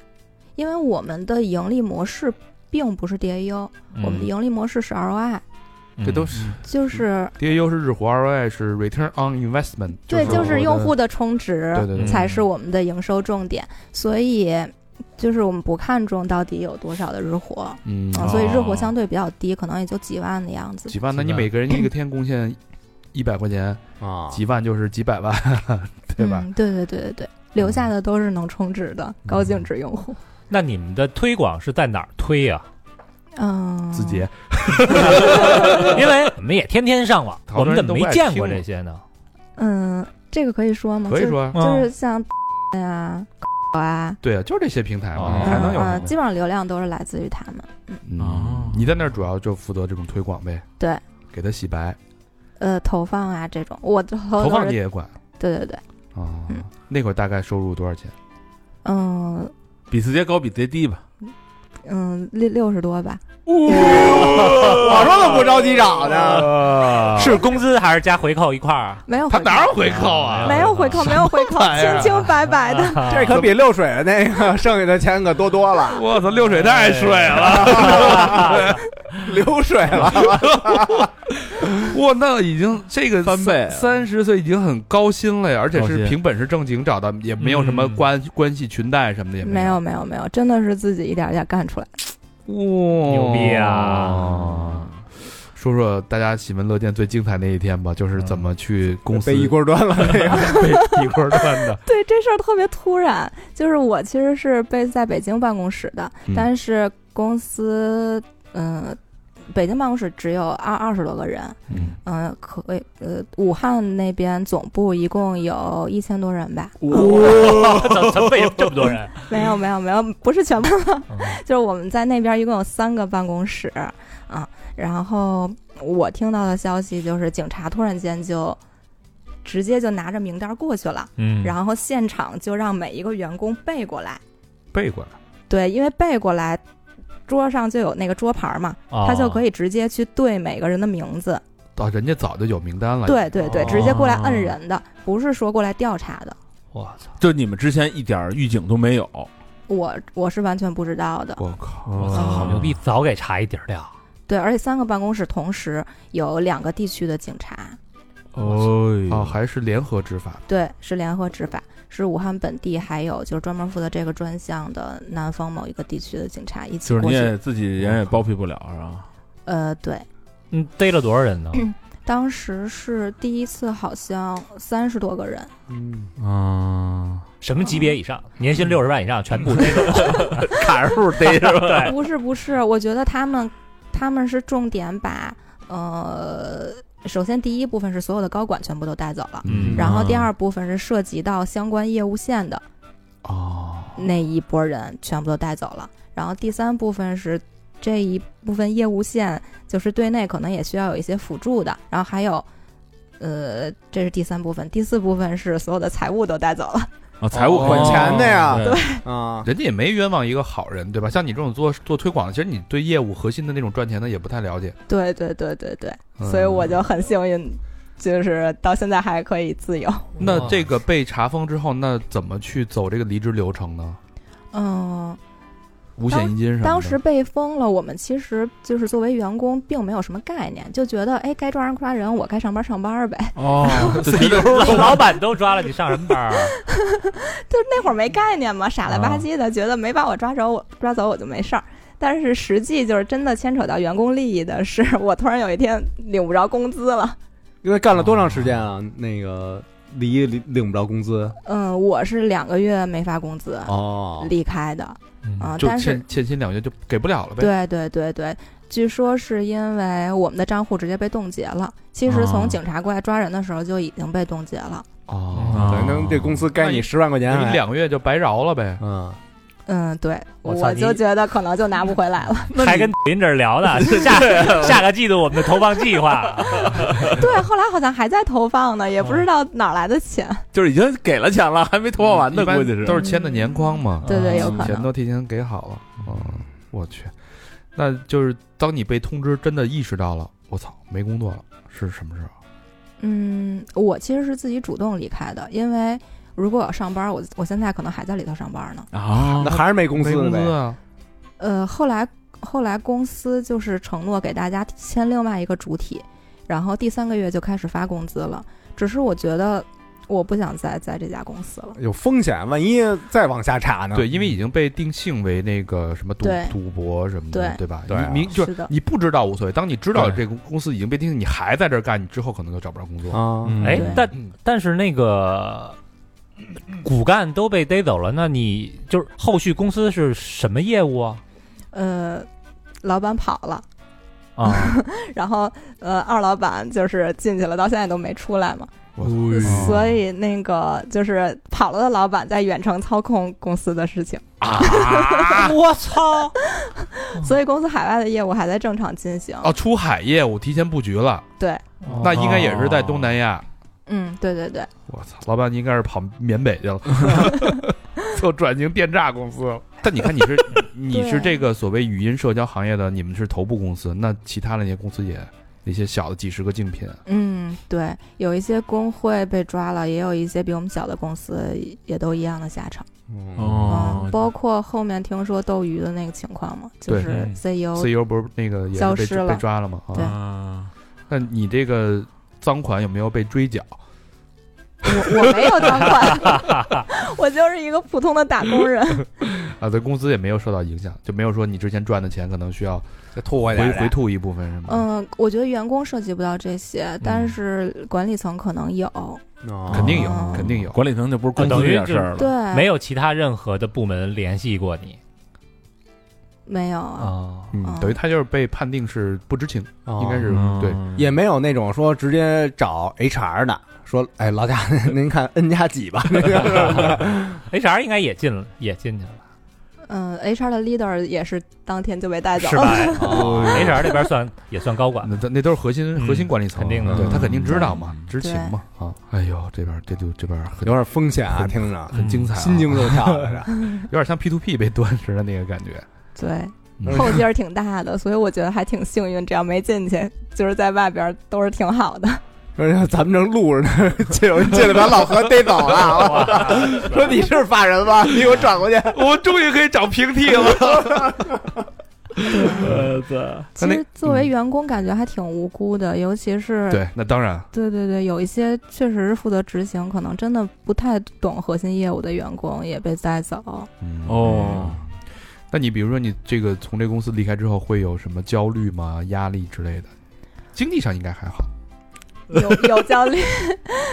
因为我们的盈利模式并不是 DAU，、我
嗯
们的盈利模式是 ROI，
这都
是
是
就是、
DAU 是日活，ROI 是 Return on Investment，
对，
就
就是用户的充值
对嗯对对
才是我们的营收重点，所以就是我们不看重到底有多少的日活。
嗯
啊，所以日活相对比较低，可能也就几万的样子。
几万，那你每个人一个天贡献一百块钱，
啊，
几万就是几百万， 对吧？嗯
嗯？对对对对对，留下的都是能充值的高净值用户。
那你们的推广是在哪儿推啊呀？
嗯，
字节，
因为我们也天天 上网，
好
我
多
们
人
怎
都
么
不
没
爱
见过
听啊
这些呢？
嗯，这个可以说吗？
可以
嗯就
说
是
啊
就是像呀、啊、
对啊，就是这些平台嘛，
哦
还能
嗯
有什
啊，
么
基本上流量都是来自于他们。
嗯，你在那儿主要就负责这种推广呗，
对，
给他洗白，
呃，投放啊这种，我投
投
都
放你
是
也管
对对对，
啊
嗯。
那会儿大概收入多少钱？
嗯
比字节高，比字节低吧。
嗯，六六十多吧，
我说怎么不着急找
嗯啊
呢？
呃
啊
是工资还是加回扣一块儿？啊哎
没有
他
回
哪有回扣啊？
没 有回扣，没有回扣，清清白白的。
这可比六水那个剩下的钱可多多 了，
我操，流水太水
哎
了！
流水了。
哇，那已经这个
翻倍
三十岁已经很高薪了呀，而且
高
是
薪
凭本事正经找到，也没有什么
嗯
关关系裙带什么的也
没有没有没有，真的是自己一点一点干出来。。
哇，
牛逼啊！
说说大家喜闻乐见最精彩那一天吧，就是怎么去公司
被一锅端了那个。
被一锅端 的
对，这事儿特别突然。就是我其实是被在北京办公室的，
嗯
但是公司，嗯、北京办公室只有二二十多个人，
嗯
嗯、可以，呃，武汉那边总部一共有一千多人吧？
怎怎么被这么多人？
没有，没有，没有，不是全部，
嗯
就是我们在那边一共有三个办公室啊。然后我听到的消息就是，警察突然间就直接就拿着名单过去了，
嗯，
然后现场就让每一个员工背过来。
背过来，
对，因为背过来，桌上就有那个桌牌嘛，
哦
他就可
以
以直接去对每个人的名字。
啊，人家早就有名单
哎
了。，
对对对，直接过来摁
哦
人的，不是说过来调查的。
我操，
就你们之前一点预警都没有，
我我是完全不知道的，
我靠，哎
我操，
哦
哦
好牛逼，早给查一底儿了。
对，而且三个办公室同时有两个地区的警察，
哦，
哦，
还是联合执法，
对，是联合执法，是武汉本地还有就是专门负责这个专项的南方某一个地区的警察一起
就是
过
你
去。
也自己人也包庇不了是吧？
呃，对，
嗯，逮了多少人呢？
当时是第一次，好像三十多个人，
嗯
啊，
什么级别以上？
嗯
年薪六十万以上全部逮 走。
砍树逮着
对，
不是不是，我觉得他们他们是重点把呃，首先第一部分是所有的高管全部都带走了，
嗯
然后第二部分是涉及到相关业务线的
哦，
那一波人全部都带走了，然后第三部分是这一部分业务线，就是对内可能也需要有一些辅助的，然后还有。呃，这是第三部分，第四部分是所有的财务都带走了。
啊，财务
管钱的呀
对，
啊，
人家也没冤枉一个好人，对吧？像你这种做做推广的，其实你对业务核心的那种赚钱的也不太了解。
对对对对对，所以我就很幸运，就是到现在还可以自由。
那这个被查封之后，那怎么去走这个离职流程呢？
嗯，
五险一金什么的。
当时被封了，我们其实就是作为员工，并没有什么概念，就觉得哎，该抓人抓人，我该上班上班呗。
哦，
老板都抓了，你上什么班儿啊？
就那会儿没概念嘛，傻了吧唧的，觉得没把我抓走，我抓走我就没事儿。但是实际就是真的牵扯到员工利益的是，我突然有一天领不着工资了。
因为干了多长时间啊？那个离领领不着工资
嗯，我是两个月没发工资
哦，
离开的，啊，
就
但是
欠欠薪两月就给不了了呗。
对对对对，据说是因为我们的账户直接被冻结了。其实从警察过来抓人的时候就已经被冻结了。
哦，
反正这公司该你十万块钱
那你
还，
两个月就白饶了呗。
嗯，
嗯，对，
我
我
操你
就觉得可能就拿不回 来了。
还跟您这儿聊 呢，下
啊
下个季度我们的投放计划，
对，后来好像还在投放呢，也不知
嗯
道哪儿来的钱。
就是已经给了钱了，还没投放完呢，估计是
嗯都是签的年框嘛，
对对，嗯有可
钱
能。
都提前给好了。嗯，我去，那就是当你被通知，真的意识到了，我操，没工作了，是什么啊时候？
嗯，我其实是自己主动离开的，因为如果我要上班，我我现在可能还在里头上班呢。
啊
那还是没工
没
资
工
呢
资
呗。
啊，
呃，后来后来公司就是承诺给大家签另外一个主体，然后第三个月就开始发工资了。只是我觉得我不想再在这家公司了。
有风险，万一再往下查呢？
对，因为已经被定性为那个什么赌
对
赌博什么的，
对
对吧？
对啊
你你就是
的
你不知道无所谓，当你知道这个公司已经被定性，你还在这儿干，你之后可能就找不着工作。嗯
啊，
嗯
哎
对，
但但是那个骨干都被逮走了，那你就是后续公司是什么业务啊？
呃，老板跑了。
啊，
然后呃，二老板就是进去了，到现在都没出来嘛，
嗯
所以那个就是跑了的老板在远程操控公司的事情，
我操！
所以公司海外的业务还在正常进行。
哦，出海业务提前布局了，
对，
那应该也是在东南亚。
嗯，对对对，
我操，老板你应该是跑缅北 去了，就转型电诈公司了。但你看，你是你是这个所谓语音社交行业的，你们是头部公司，那其他的那些公司也那些小的几十个竞品，
嗯对，有一些工会被抓了，也有一些比我们小的公司也都一样的下场。
哦
嗯，，包括后面听说斗鱼的那个情况嘛，就
对 E
是 E
嗯
CEO
CEO 不是那个也
哦消
是
失
被
了
被抓了吗？啊，
对
啊，
那你这个赃款有没有被追缴？
我我没有赃款，我就是一个普通的打工人。
啊，对，工资也没有受到影响，就没有说你之前赚的钱可能需要
再吐回
回
来
回吐一部分什么的。
嗯，我觉得员工涉及不到这些，但是管理层可能有。
啊
肯定有，
哦
肯定有。
管理层就不是公司
等于
这点
就
事儿了，
对，
没有其他任何的部门联系过你
没有啊？
啊？
嗯
哦，
等于他就是被判定是不知情，应该是
嗯
啊
对。
啊也没有那种说直接找 HR 的，说哎老贾 您看 N 加几吧，那个
HR 应该也进了，也进去了。
嗯，HR 的 leader 也是当天就被带走
是 吧
了。
？HR 这边算也算高管，
那那都是核心核心管理层，
嗯肯定的
对他肯定知道嘛，知
对
情嘛啊。哎呦，这边这就这边很
有点风险啊，听着
很精彩啊，
心惊肉跳的。
有点像 P to P 被端似的那个感 觉。
对，
嗯
后劲儿挺大的，所以我觉得还挺幸运，只要没进去，就是在外边儿都是挺好的。
说咱们正录着呢， 这有人进来把老何逮走了。 说你是法人吗？你给我转过去。
我终于可以找平替了。
其实作为员工，感觉还挺无辜的，尤其是
对，那当然，
对对对，有一些确实是负责执行，可能真的不太懂核心业务的员工也被带走。
嗯
哦，
那你比如说你这个从这公司离开之后，会有什么焦虑吗？压力之类的？经济上应该还好。
有有焦虑，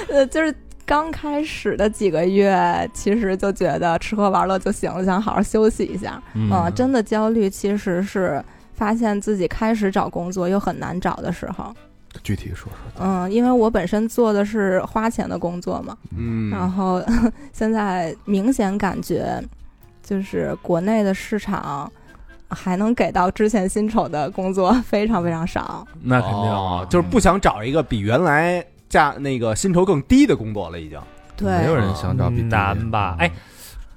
呃，就是刚开始的几个月，其实就觉得吃喝玩乐就行了，想好好休息一下。嗯、真的焦虑其实是发现自己开始找工作又很难找的时候。
具体说说，
嗯，因为我本身做的是花钱的工作嘛，
嗯
然后 现在明显感觉就是国内的市场。还能给到之前薪酬的工作非常非常少，
那肯定
哦，就是
嗯
不想找一个比原来价那个薪酬更低的工作了，已经。
哦
没有
对，
人想找比
嗯
嗯
难吧？哎，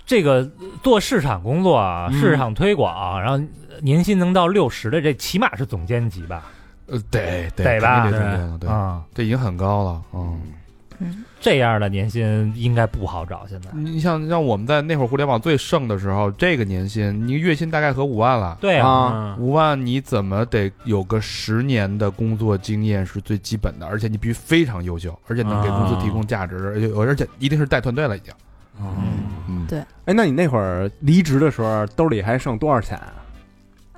这个做市场工作啊，
嗯
市场推广，然后年薪能到六十的，这起码是总监级吧？
呃，得
得吧
肯定得中间了对，
啊，
这已经很高了，嗯。
嗯，
这样的年薪应该不好找，现在。
嗯你你像像我们在那会儿互联网最盛的时候，这个年薪，你月薪大概合五万了。
对啊，
啊，
五万，你怎么得有个十年的工作经验是最基本的，而且你必须非常优秀，而且能给公司提供价值，而且而且一定是带团队了已经。嗯，
哎，那你那会儿离职的时候，兜里还剩多少钱啊？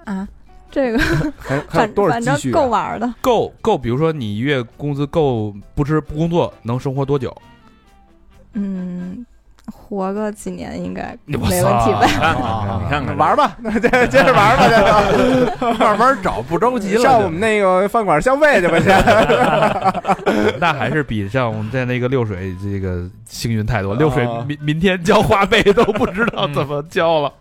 啊，这个
还还有
反
多少
反
积
正
蓄啊？
够玩儿的，
够够，比如说你一月工资够不吃不工作能生活多久？
嗯，活个几年应该没
我
问
操
题吧？
啊
你看看
玩 吧，那接接着玩吧，这
慢慢找，不着急
就上我们那个饭馆消费去吧，去。
那还是比上我们在那个六水这个幸运太多。六水
啊
明明天交话费都不知道怎么交了。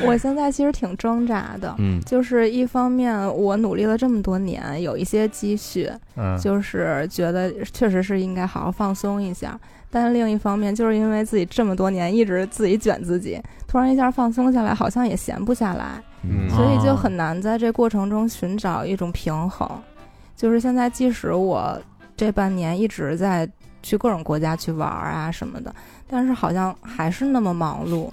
我现在其实挺挣扎的，
嗯，
就是一方面我努力了这么多年，有一些积蓄，
嗯，
就是觉得确实是应该好好放松一下。但另一方面，就是因为自己这么多年一直自己卷自己，突然一下放松下来，好像也闲不下来，
嗯
所以就很难在这过程中寻找一种平衡。就是现在，即使我这半年一直在去各种国家去玩儿啊什么的，但是好像还是那么忙碌，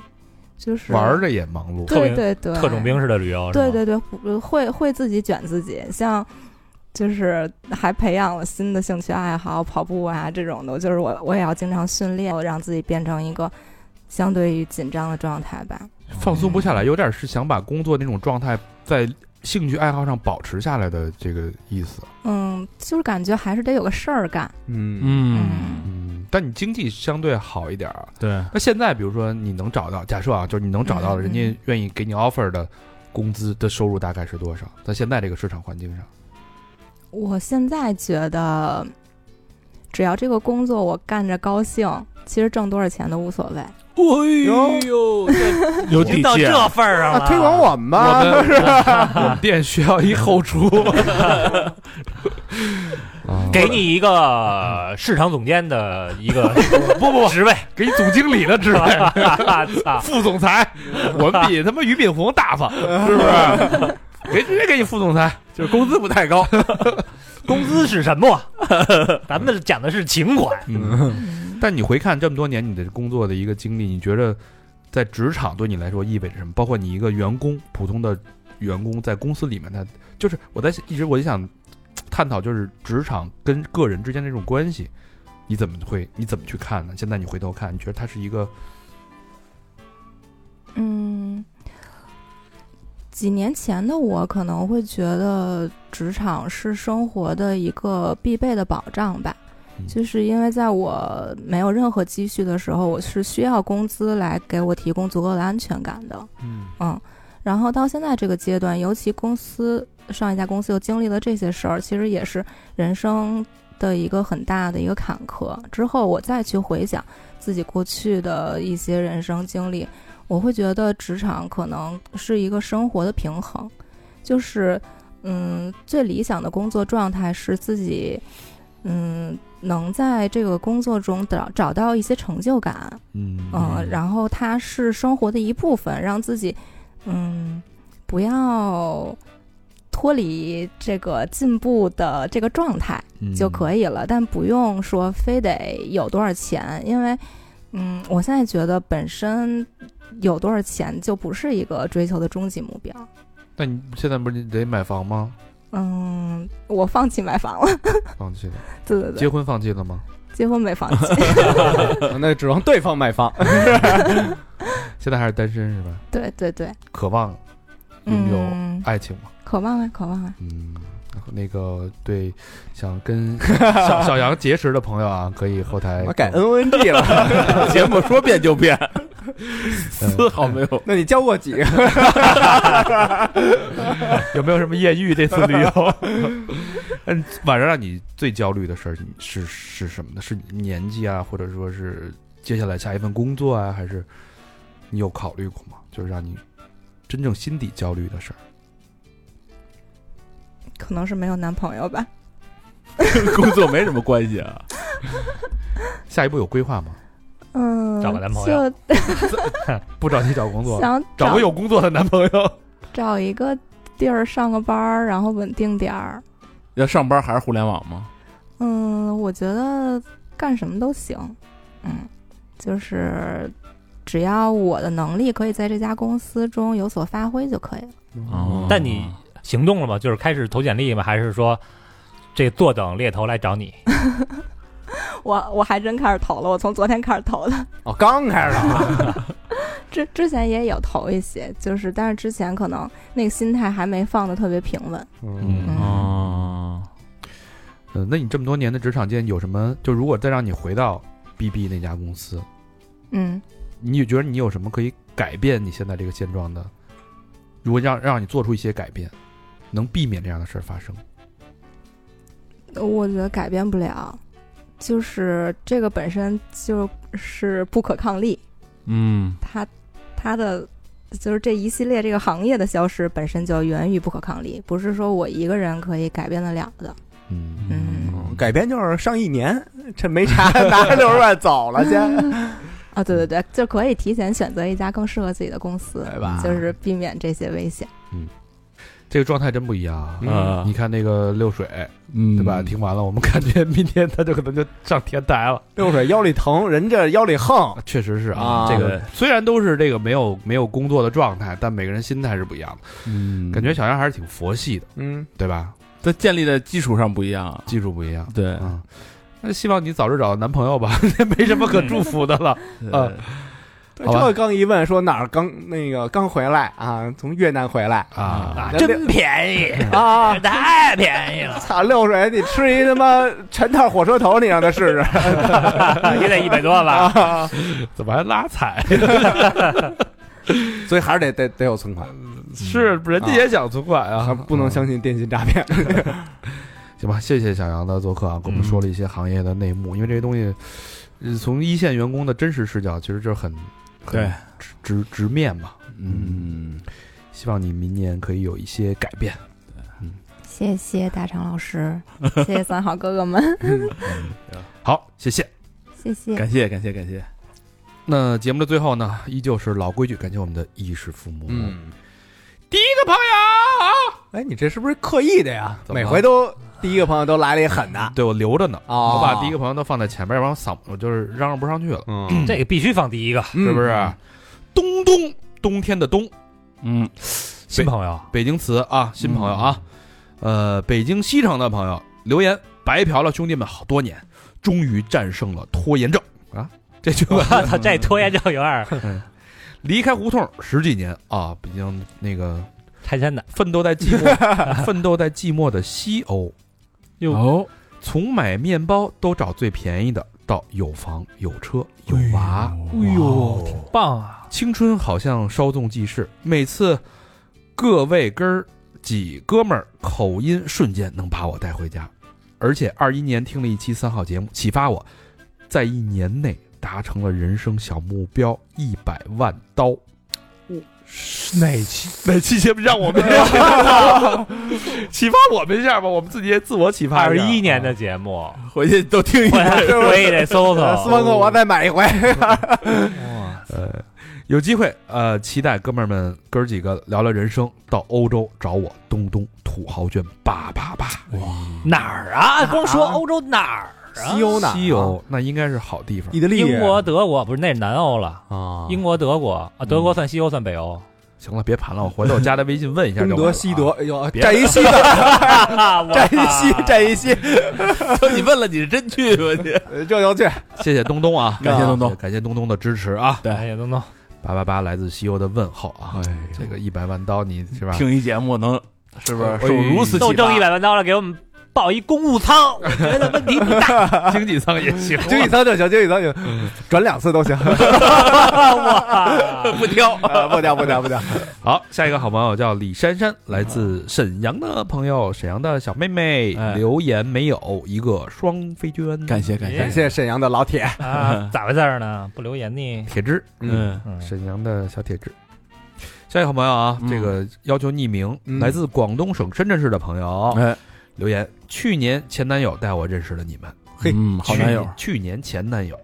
就是
玩儿着也忙碌。
特别
对对对，
特种兵式的旅游，是吗
对，对对，不会会自己卷自己，像就是还培养了新的兴趣爱好，跑步啊这种的，就是我我也要经常训练，让自己变成一个相对于紧张的状态吧。
放松不下来，有点是想把工作那种状态在兴趣爱好上保持下来的这个意思。
嗯，就是感觉还是得有个事儿干。
嗯
嗯，
嗯，但你经济相对好一点儿啊。
对，
那现在比如说你能找到，假设啊，就是你能找到
嗯
人家愿意给你 offer 的工资的收入大概是多少？在现在这个市场环境上，
我现在觉得，只要这个工作我干着高兴，其实挣多少钱都无所谓。
哟
嗯
呦，这
有
已经到这份儿上
哎啊
了，
推广我们吧，
啊
我们 我们店需要一后厨。啊
给你一个市场总监的一个 不不职位，
给你总经理的职位，
操，
副总裁，我们比他妈俞敏洪大方，是不是？ 给直接给你副总裁，
就是工资不太高，
工资是什么？ 咱们讲的是情怀，
嗯，但你回看这么多年你的工作的一个经历，你觉得在职场对你来说意味着什么？包括你一个员工，普通的员工在公司里面，他就是我在一直我就想探讨，就是职场跟个人之间的这种关系，你怎么会你怎么去看呢？现在你回头看，你觉得它是一个
嗯，几年前的我可能会觉得职场是生活的一个必备的保障吧，
嗯
就是因为在我没有任何积蓄的时候，我是需要工资来给我提供足够的安全感的。
嗯
嗯，然后到现在这个阶段，尤其公司上一家公司又经历了这些事儿，其实也是人生的一个很大的一个坎坷。之后我再去回想自己过去的一些人生经历，我会觉得职场可能是一个生活的平衡，就是嗯，最理想的工作状态是自己嗯能在这个工作中找找到一些成就感，
嗯
嗯，然后它是生活的一部分，让自己，嗯，不要脱离这个进步的这个状态
嗯
嗯
就可以了，但不用说非得有多少钱，因为，嗯，我现在觉得本身有多少钱就不是一个追求的终极目标。
那你现在不是得买房吗？
嗯，我放弃买房了，
放弃了，
对对对，
结婚放弃了吗？
结婚没放弃，
那指望对方买房。
嗯
现在还是单身是吧？
对对对，
渴望拥有
嗯，
爱情吗？
渴望啊，渴望啊，
嗯，那个对，想跟小小杨结识的朋友啊，可以后台
我改 N O N G 了，
节目说变就 变， 丝
嗯
毫没有。
那你教过几个？
有没有什么艳遇？这次旅 游，嗯，晚上让你最焦虑的事儿是是什么呢？是年纪啊，或者说是接下来下一份工作啊，还是你有考虑过吗？就是让你真正心底焦虑的事儿。
可能是没有男朋友吧。
工作没什么关系啊。
下一步有规划吗？
嗯，
找个男朋友
就
不着急找工作，
想
找个有工作的男朋友。
找一个地儿上个班儿，然后稳定点儿。
要上班还是互联网吗？
嗯，我觉得干什么都行。嗯，就是只要我的能力可以在这家公司中有所发挥就可以了。
哦
但你行动了吗？就是开始投简历吗？还是说这坐等猎头来找你？
我我还真开始投了，我从昨天开始投的。
哦，刚开始啊，
之之前也有投一些，就是但是之前可能那个心态还没放的特别平稳。
嗯
哦，
嗯，那你这么多年的职场经验有什么？就如果再让你回到 BB 那家公司，
嗯，
你觉得你有什么可以改变你现在这个现状的？如果让让你做出一些改变，能避免这样的事儿发生，
我觉得改变不了，就是这个本身就是不可抗力。
嗯，
它它的就是这一系列这个行业的消失本身就源于不可抗力，不是说我一个人可以改变得了的。
嗯，
嗯
改编就是上一年，趁没查 拿着六十万走了去，
啊，对对对，就可以提前选择一家更适合自己的公司，
对
啊
吧？
就是避免这些危险。
这个状态真不一样啊！
嗯
你看那个六水，
嗯
对吧？听完了，我们感觉 明天他就可能就上天台了。
六水腰里疼，人这腰里横，
确实是嗯
啊
这个虽然都是这个没有没有工作的状态，但每个人心态是不一样的。
嗯
感觉小杨还是挺佛系的，
嗯，
对吧？
在建立的基础上不一样。啊
技术不一样，
对，
嗯。那希望你早日找到男朋友吧， 没什么可祝福的了。
呃，
对
好吧
这刚一问说哪儿刚那个刚回来啊，从越南回来
啊，
真
便宜，
啊，
太便宜 了，
操六水，你吃一他妈全套火车头，你让他试试。
啊也得一百多吧？
怎么还拉踩？
所以还是得得得有存款，
是人家也想存款
还
嗯啊。嗯
不能相信电信诈骗。
行吧，谢谢小杨的做客啊，跟我们说了一些行业的内嗯幕，因为这些东西，呃从一线员工的真实视角，其实就是很很
对
直直直面嘛。
嗯，
希望你明年可以有一些改变。
谢谢大长老 师，谢谢三好哥哥们，
好，谢谢。
谢谢。
感谢感谢感谢。
那节目的最后呢，依旧是老规矩，感谢我们的衣食父母。，
第一个朋友，
哎，你这是不是刻意的呀？
怎么
每
了
回都第一个朋友都来了一狠的。
对我留着呢，
哦
我把第一个朋友都放在前面，要不然我嗓我就是嚷嚷不上去了，
嗯，
这个必须放第一个，
是不是？ 东东，冬天的冬，
嗯，
新朋友，
北京词啊，新朋友啊，呃，北京西城的朋友留言，白嫖了兄弟们好多年，终于战胜了拖延症啊！这句
我
话，
操，这拖延症有点
离开胡同十几年啊，北京那个
太真的。
奋斗在寂寞，奋斗在寂寞的西欧，
哦，
从买面包都找最便宜的，到有房有车有娃，哦
哎呦，挺棒啊！
青春好像稍纵即逝。每次各位根儿几哥们儿口音瞬间能把我带回家，而且二一年听了一期三好节目，启发我，在一年内达成了人生小目标一百万刀。
哦
是哪期哪期节目让 我们启发我们一下吧？我们自己也自我启发
二
一
十
下。
一年的 节目，
回去都听一
我
遍。
我也得搜搜。
四万个我再买一回。
呃，有机会呃，期待哥们儿们哥儿几个聊聊人生，到欧洲找我东东土豪券八八八。
哪儿啊？光说欧洲哪儿啊？
西欧呢？
西欧那应该是好地方
意，大利、
英国、德国不是那是南欧了，
啊，
英国、德国啊，德国
嗯
算西欧算北 欧？
行了，别盘了，我回头我加他微信问一下就
东
完了啊
德、西德，，哎呦，
别
占一西的，占
占
一西，占一西，
你问了，你是真去吗？你
这就去。
谢谢东东啊，
感谢东 东
感谢东东的支持啊！
哎呀，东东，
八八八来自西欧的问候啊，这个一百万刀你是吧？
听一节目能是不是
受如此
斗争一百万刀了，给我们报一公务舱，我觉得问题不大。
经济舱也行，
经济舱就行，经济舱就行，转两次都行。
哇，
不挑？
啊不掉不掉不掉，
好，下一个好朋友叫李珊珊，来自沈阳的朋友，沈阳的小妹妹、
哎
留言没有一个双飞娟，
感谢感谢
感，谢沈阳的老铁，
啊，咋回事儿呢？不留言呢？
铁汁，
嗯，
嗯
沈阳的小铁汁。下一个好朋友啊，
嗯
这个要求匿名，
嗯
来自广东省深圳市的朋友、
哎
留言：去年前男友带我认识了你们，
嘿
嗯，好男友
去去年前男友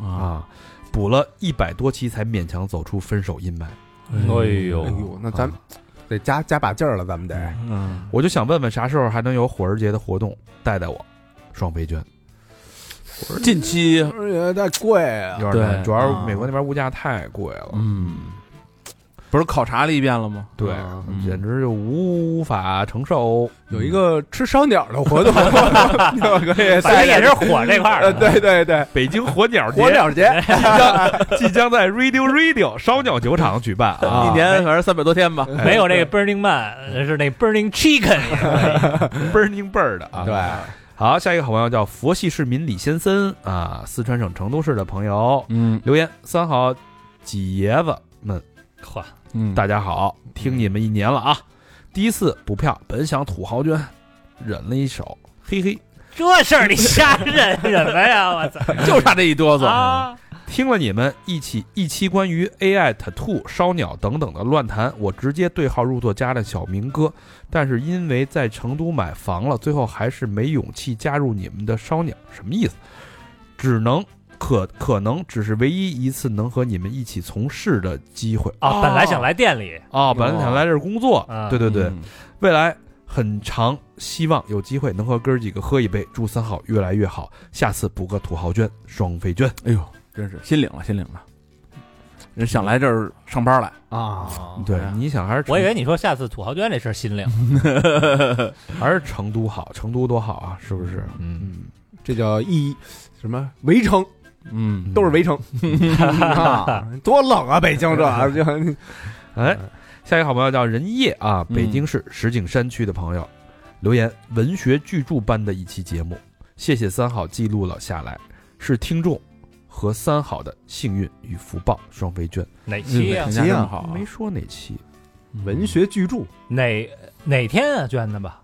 啊，
啊，补了一百多期才勉强走出分手阴霾。啊
哎
哎
呦，
呦，那咱
嗯
得加加把劲儿了，咱们得。
嗯，
我就想问问啥时候还能有火儿节的活动，带带我，双飞娟。
近期
有点贵啊
有点难，
对
主要
啊
是美国那边物价太贵了，
嗯，不是考察了一遍了吗？
对
嗯，
简直就无法承受。
有一个吃烧鸟的活动， 可以
反
带
正也
点
是火这块 儿
呃，
的。
对对对，
北京火鸟节
火鸟节，
即将在 Radio Radio 烧鸟酒厂举办啊！
一年反正三百多天吧，
没有这个 Burning Man，是那 Burning Chicken 也可以。
Burning Bird 的啊！
对，，
好，下一个好朋友叫佛系市民李先森啊，四川省成都市的朋友
嗯
留言：三好几爷子们，
嚯，
嗯，
大家好，听你们一年了啊，第一次补票，本想土豪捐，忍了一手，嘿嘿，
这事儿 你瞎忍什么呀？啊我操！
就差这一哆嗦，嗯
啊，
听了你们一起一期关于 AI、tattoo、烧鸟等等的乱谈，我直接对号入座加了小明哥，但是因为在成都买房了，最后还是没勇气加入你们的烧鸟，什么意思？只能可可能只是唯一一次能和你们一起从事的机会
哦，本来想来店里，
啊！本来想来这儿工作，
啊
对对对，
嗯，
未来很长，希望有机会能和哥儿几个喝一杯，祝三好越来越好，下次补个土豪捐、双飞捐。
哎呦，真是心领了，心领了，人想来这儿上班来，
啊
对
哎呀，
你想还是
我以为你说下次土豪捐这事儿心领，
嗯
还是成都好，成都多好啊，是不是？嗯，
这叫一什么围城，
嗯，
都是围城啊，多冷啊！北京这啊就
哎，下一个好朋友叫任烨啊，
嗯
北京市石景山区的朋友、留言，文学巨著般的一期节目，谢谢三好记录了下来，是听众和三好的幸运与福报双飞卷，
哪
嗯
期呀
评？价这么好啊，
没说哪期，
文学巨著，
嗯
哪哪天啊捐的吧？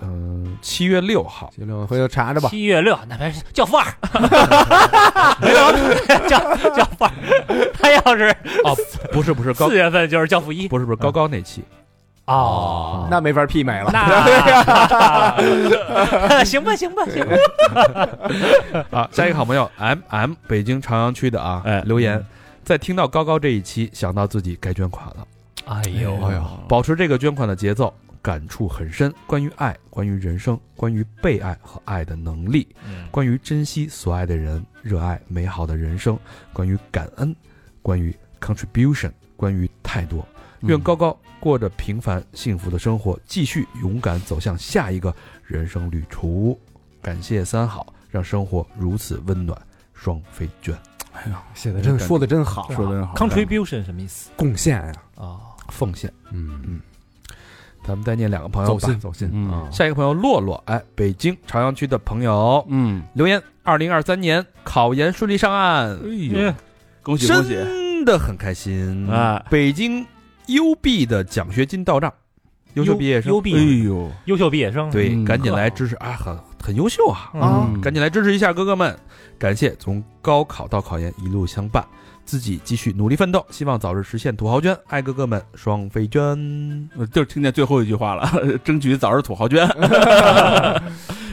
嗯、七月六号，
行了，回头查查吧。
七月六，那边是叫范儿， 没有叫叫范儿。 他要是
不是不是高
四，月份就是教父一
不是不是高高那期，
哦，
那没法媲美了，
那行吧行吧行吧，
啊，下一个好朋友 M M 北京朝阳区的啊，
嗯哎
留言，在听到高高这一期，想到自己该捐款了，
哎呦
哎呦，
保持这个捐款的节奏，感触很深。关于爱，关于人生，关于被爱和爱的能力，
嗯
关于珍惜所爱的人，热爱美好的人生，关于感恩，关于 contribution，关于太多。愿高高过着平凡幸福的生活，继续勇敢走向下一个人生旅途。感谢三好，让生活如此温暖。双飞卷，
写的真说的真好，啊
说的好，
contribution 什么意思
贡献啊呀，
哦，
奉献。
嗯，
咱们再念两个朋友吧。
走心
嗯
啊
下一个朋友洛洛，哎，北京朝阳区的朋友
嗯，
留言：二零二三年考研顺利上岸，
哎恭喜恭喜，
真的很开心
哎！
北京优币的奖学金到账，优秀毕业生
优
哎
毕
呦，
优秀毕业生，嗯
对，
嗯
赶紧来
呵
支持啊！很很优秀啊，
啊
赶紧来支持一下哥哥们！感谢从高考到考研一路相伴，自己继续努力奋斗，希望早日实现土豪捐，爱哥哥们双飞捐。
我就听见最后一句话了， 争取早日土豪捐。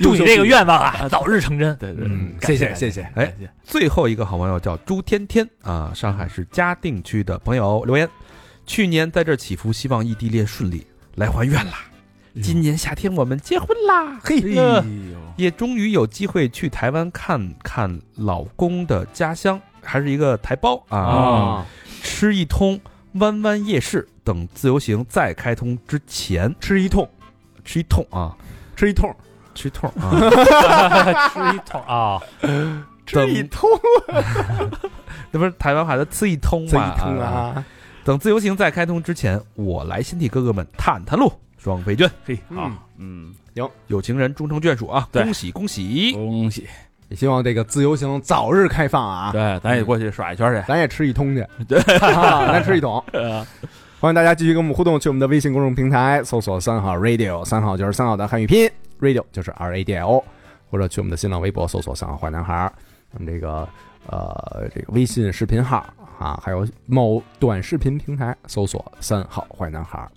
祝你这个愿望啊早日成真。
对对，
嗯
谢谢谢谢，
哎，最后一个好朋友叫朱天天啊，上海市嘉定区的朋友留言，去年在这祈福，希望异地恋顺利，来还愿啦。今年夏天我们结婚啦，哎嘿，
哎
呃也终于有机会去台湾看看老公的家乡，还是一个台胞啊，
啊
吃一通弯弯夜市，等自由行再开通之前吃一通，吃一通啊，
吃一通，
吃一通 啊，
吃一桶啊，
吃一通
那不是台湾话的吃一通
这
嘛
一通啊，
等自由行再开通之前，我来先替哥哥们探探路。双飞娟，
嘿，好，
嗯，
有情人终成眷属啊！
对
恭喜恭喜！
恭喜！
也希望这个自由行早日开放啊，
对，咱也过去耍一圈去。
咱也吃一通去，啊咱吃一桶。欢迎大家继续跟我们互动，去我们的微信公众平台搜索“三好 radio”，三好就是三好的汉语拼音，radio 就是 R A D I O，或者去我们的新浪微博搜索“三好坏男孩儿”，我们这个呃这个微信视频号啊，还有某短视频平台搜索“三好坏男孩儿”。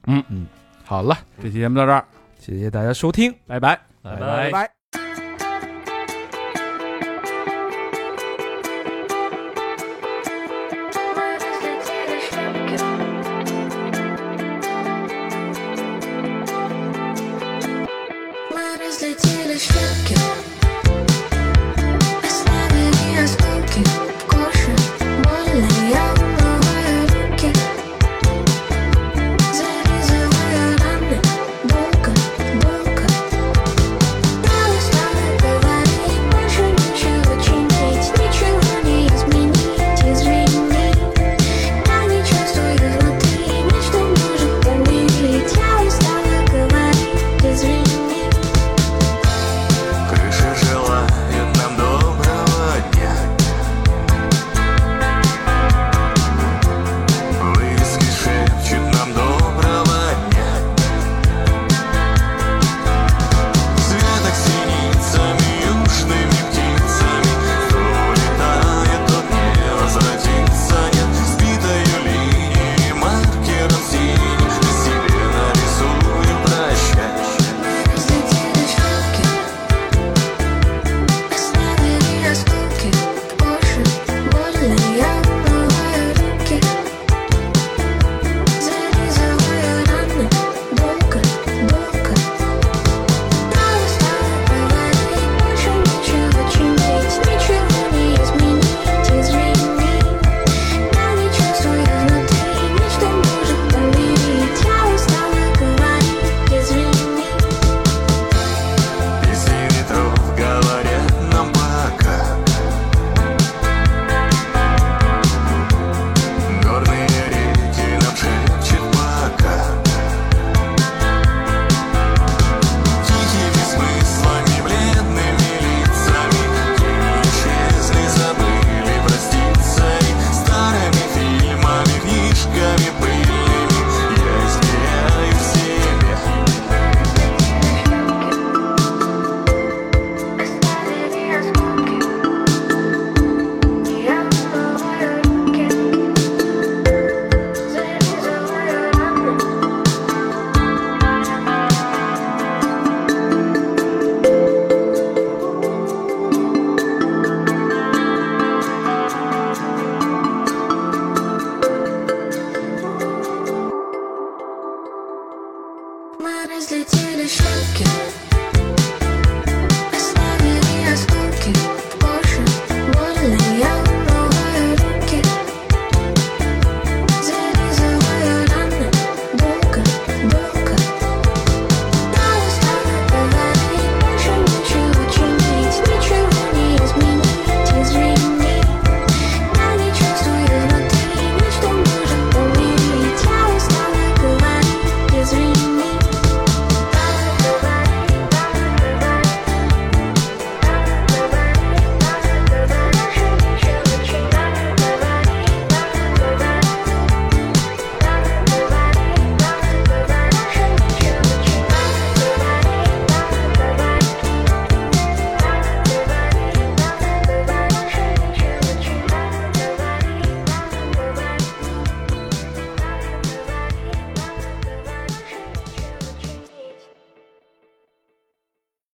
好了，
这期节目到这儿，
谢谢大家收听，
拜拜。
拜拜。
拜。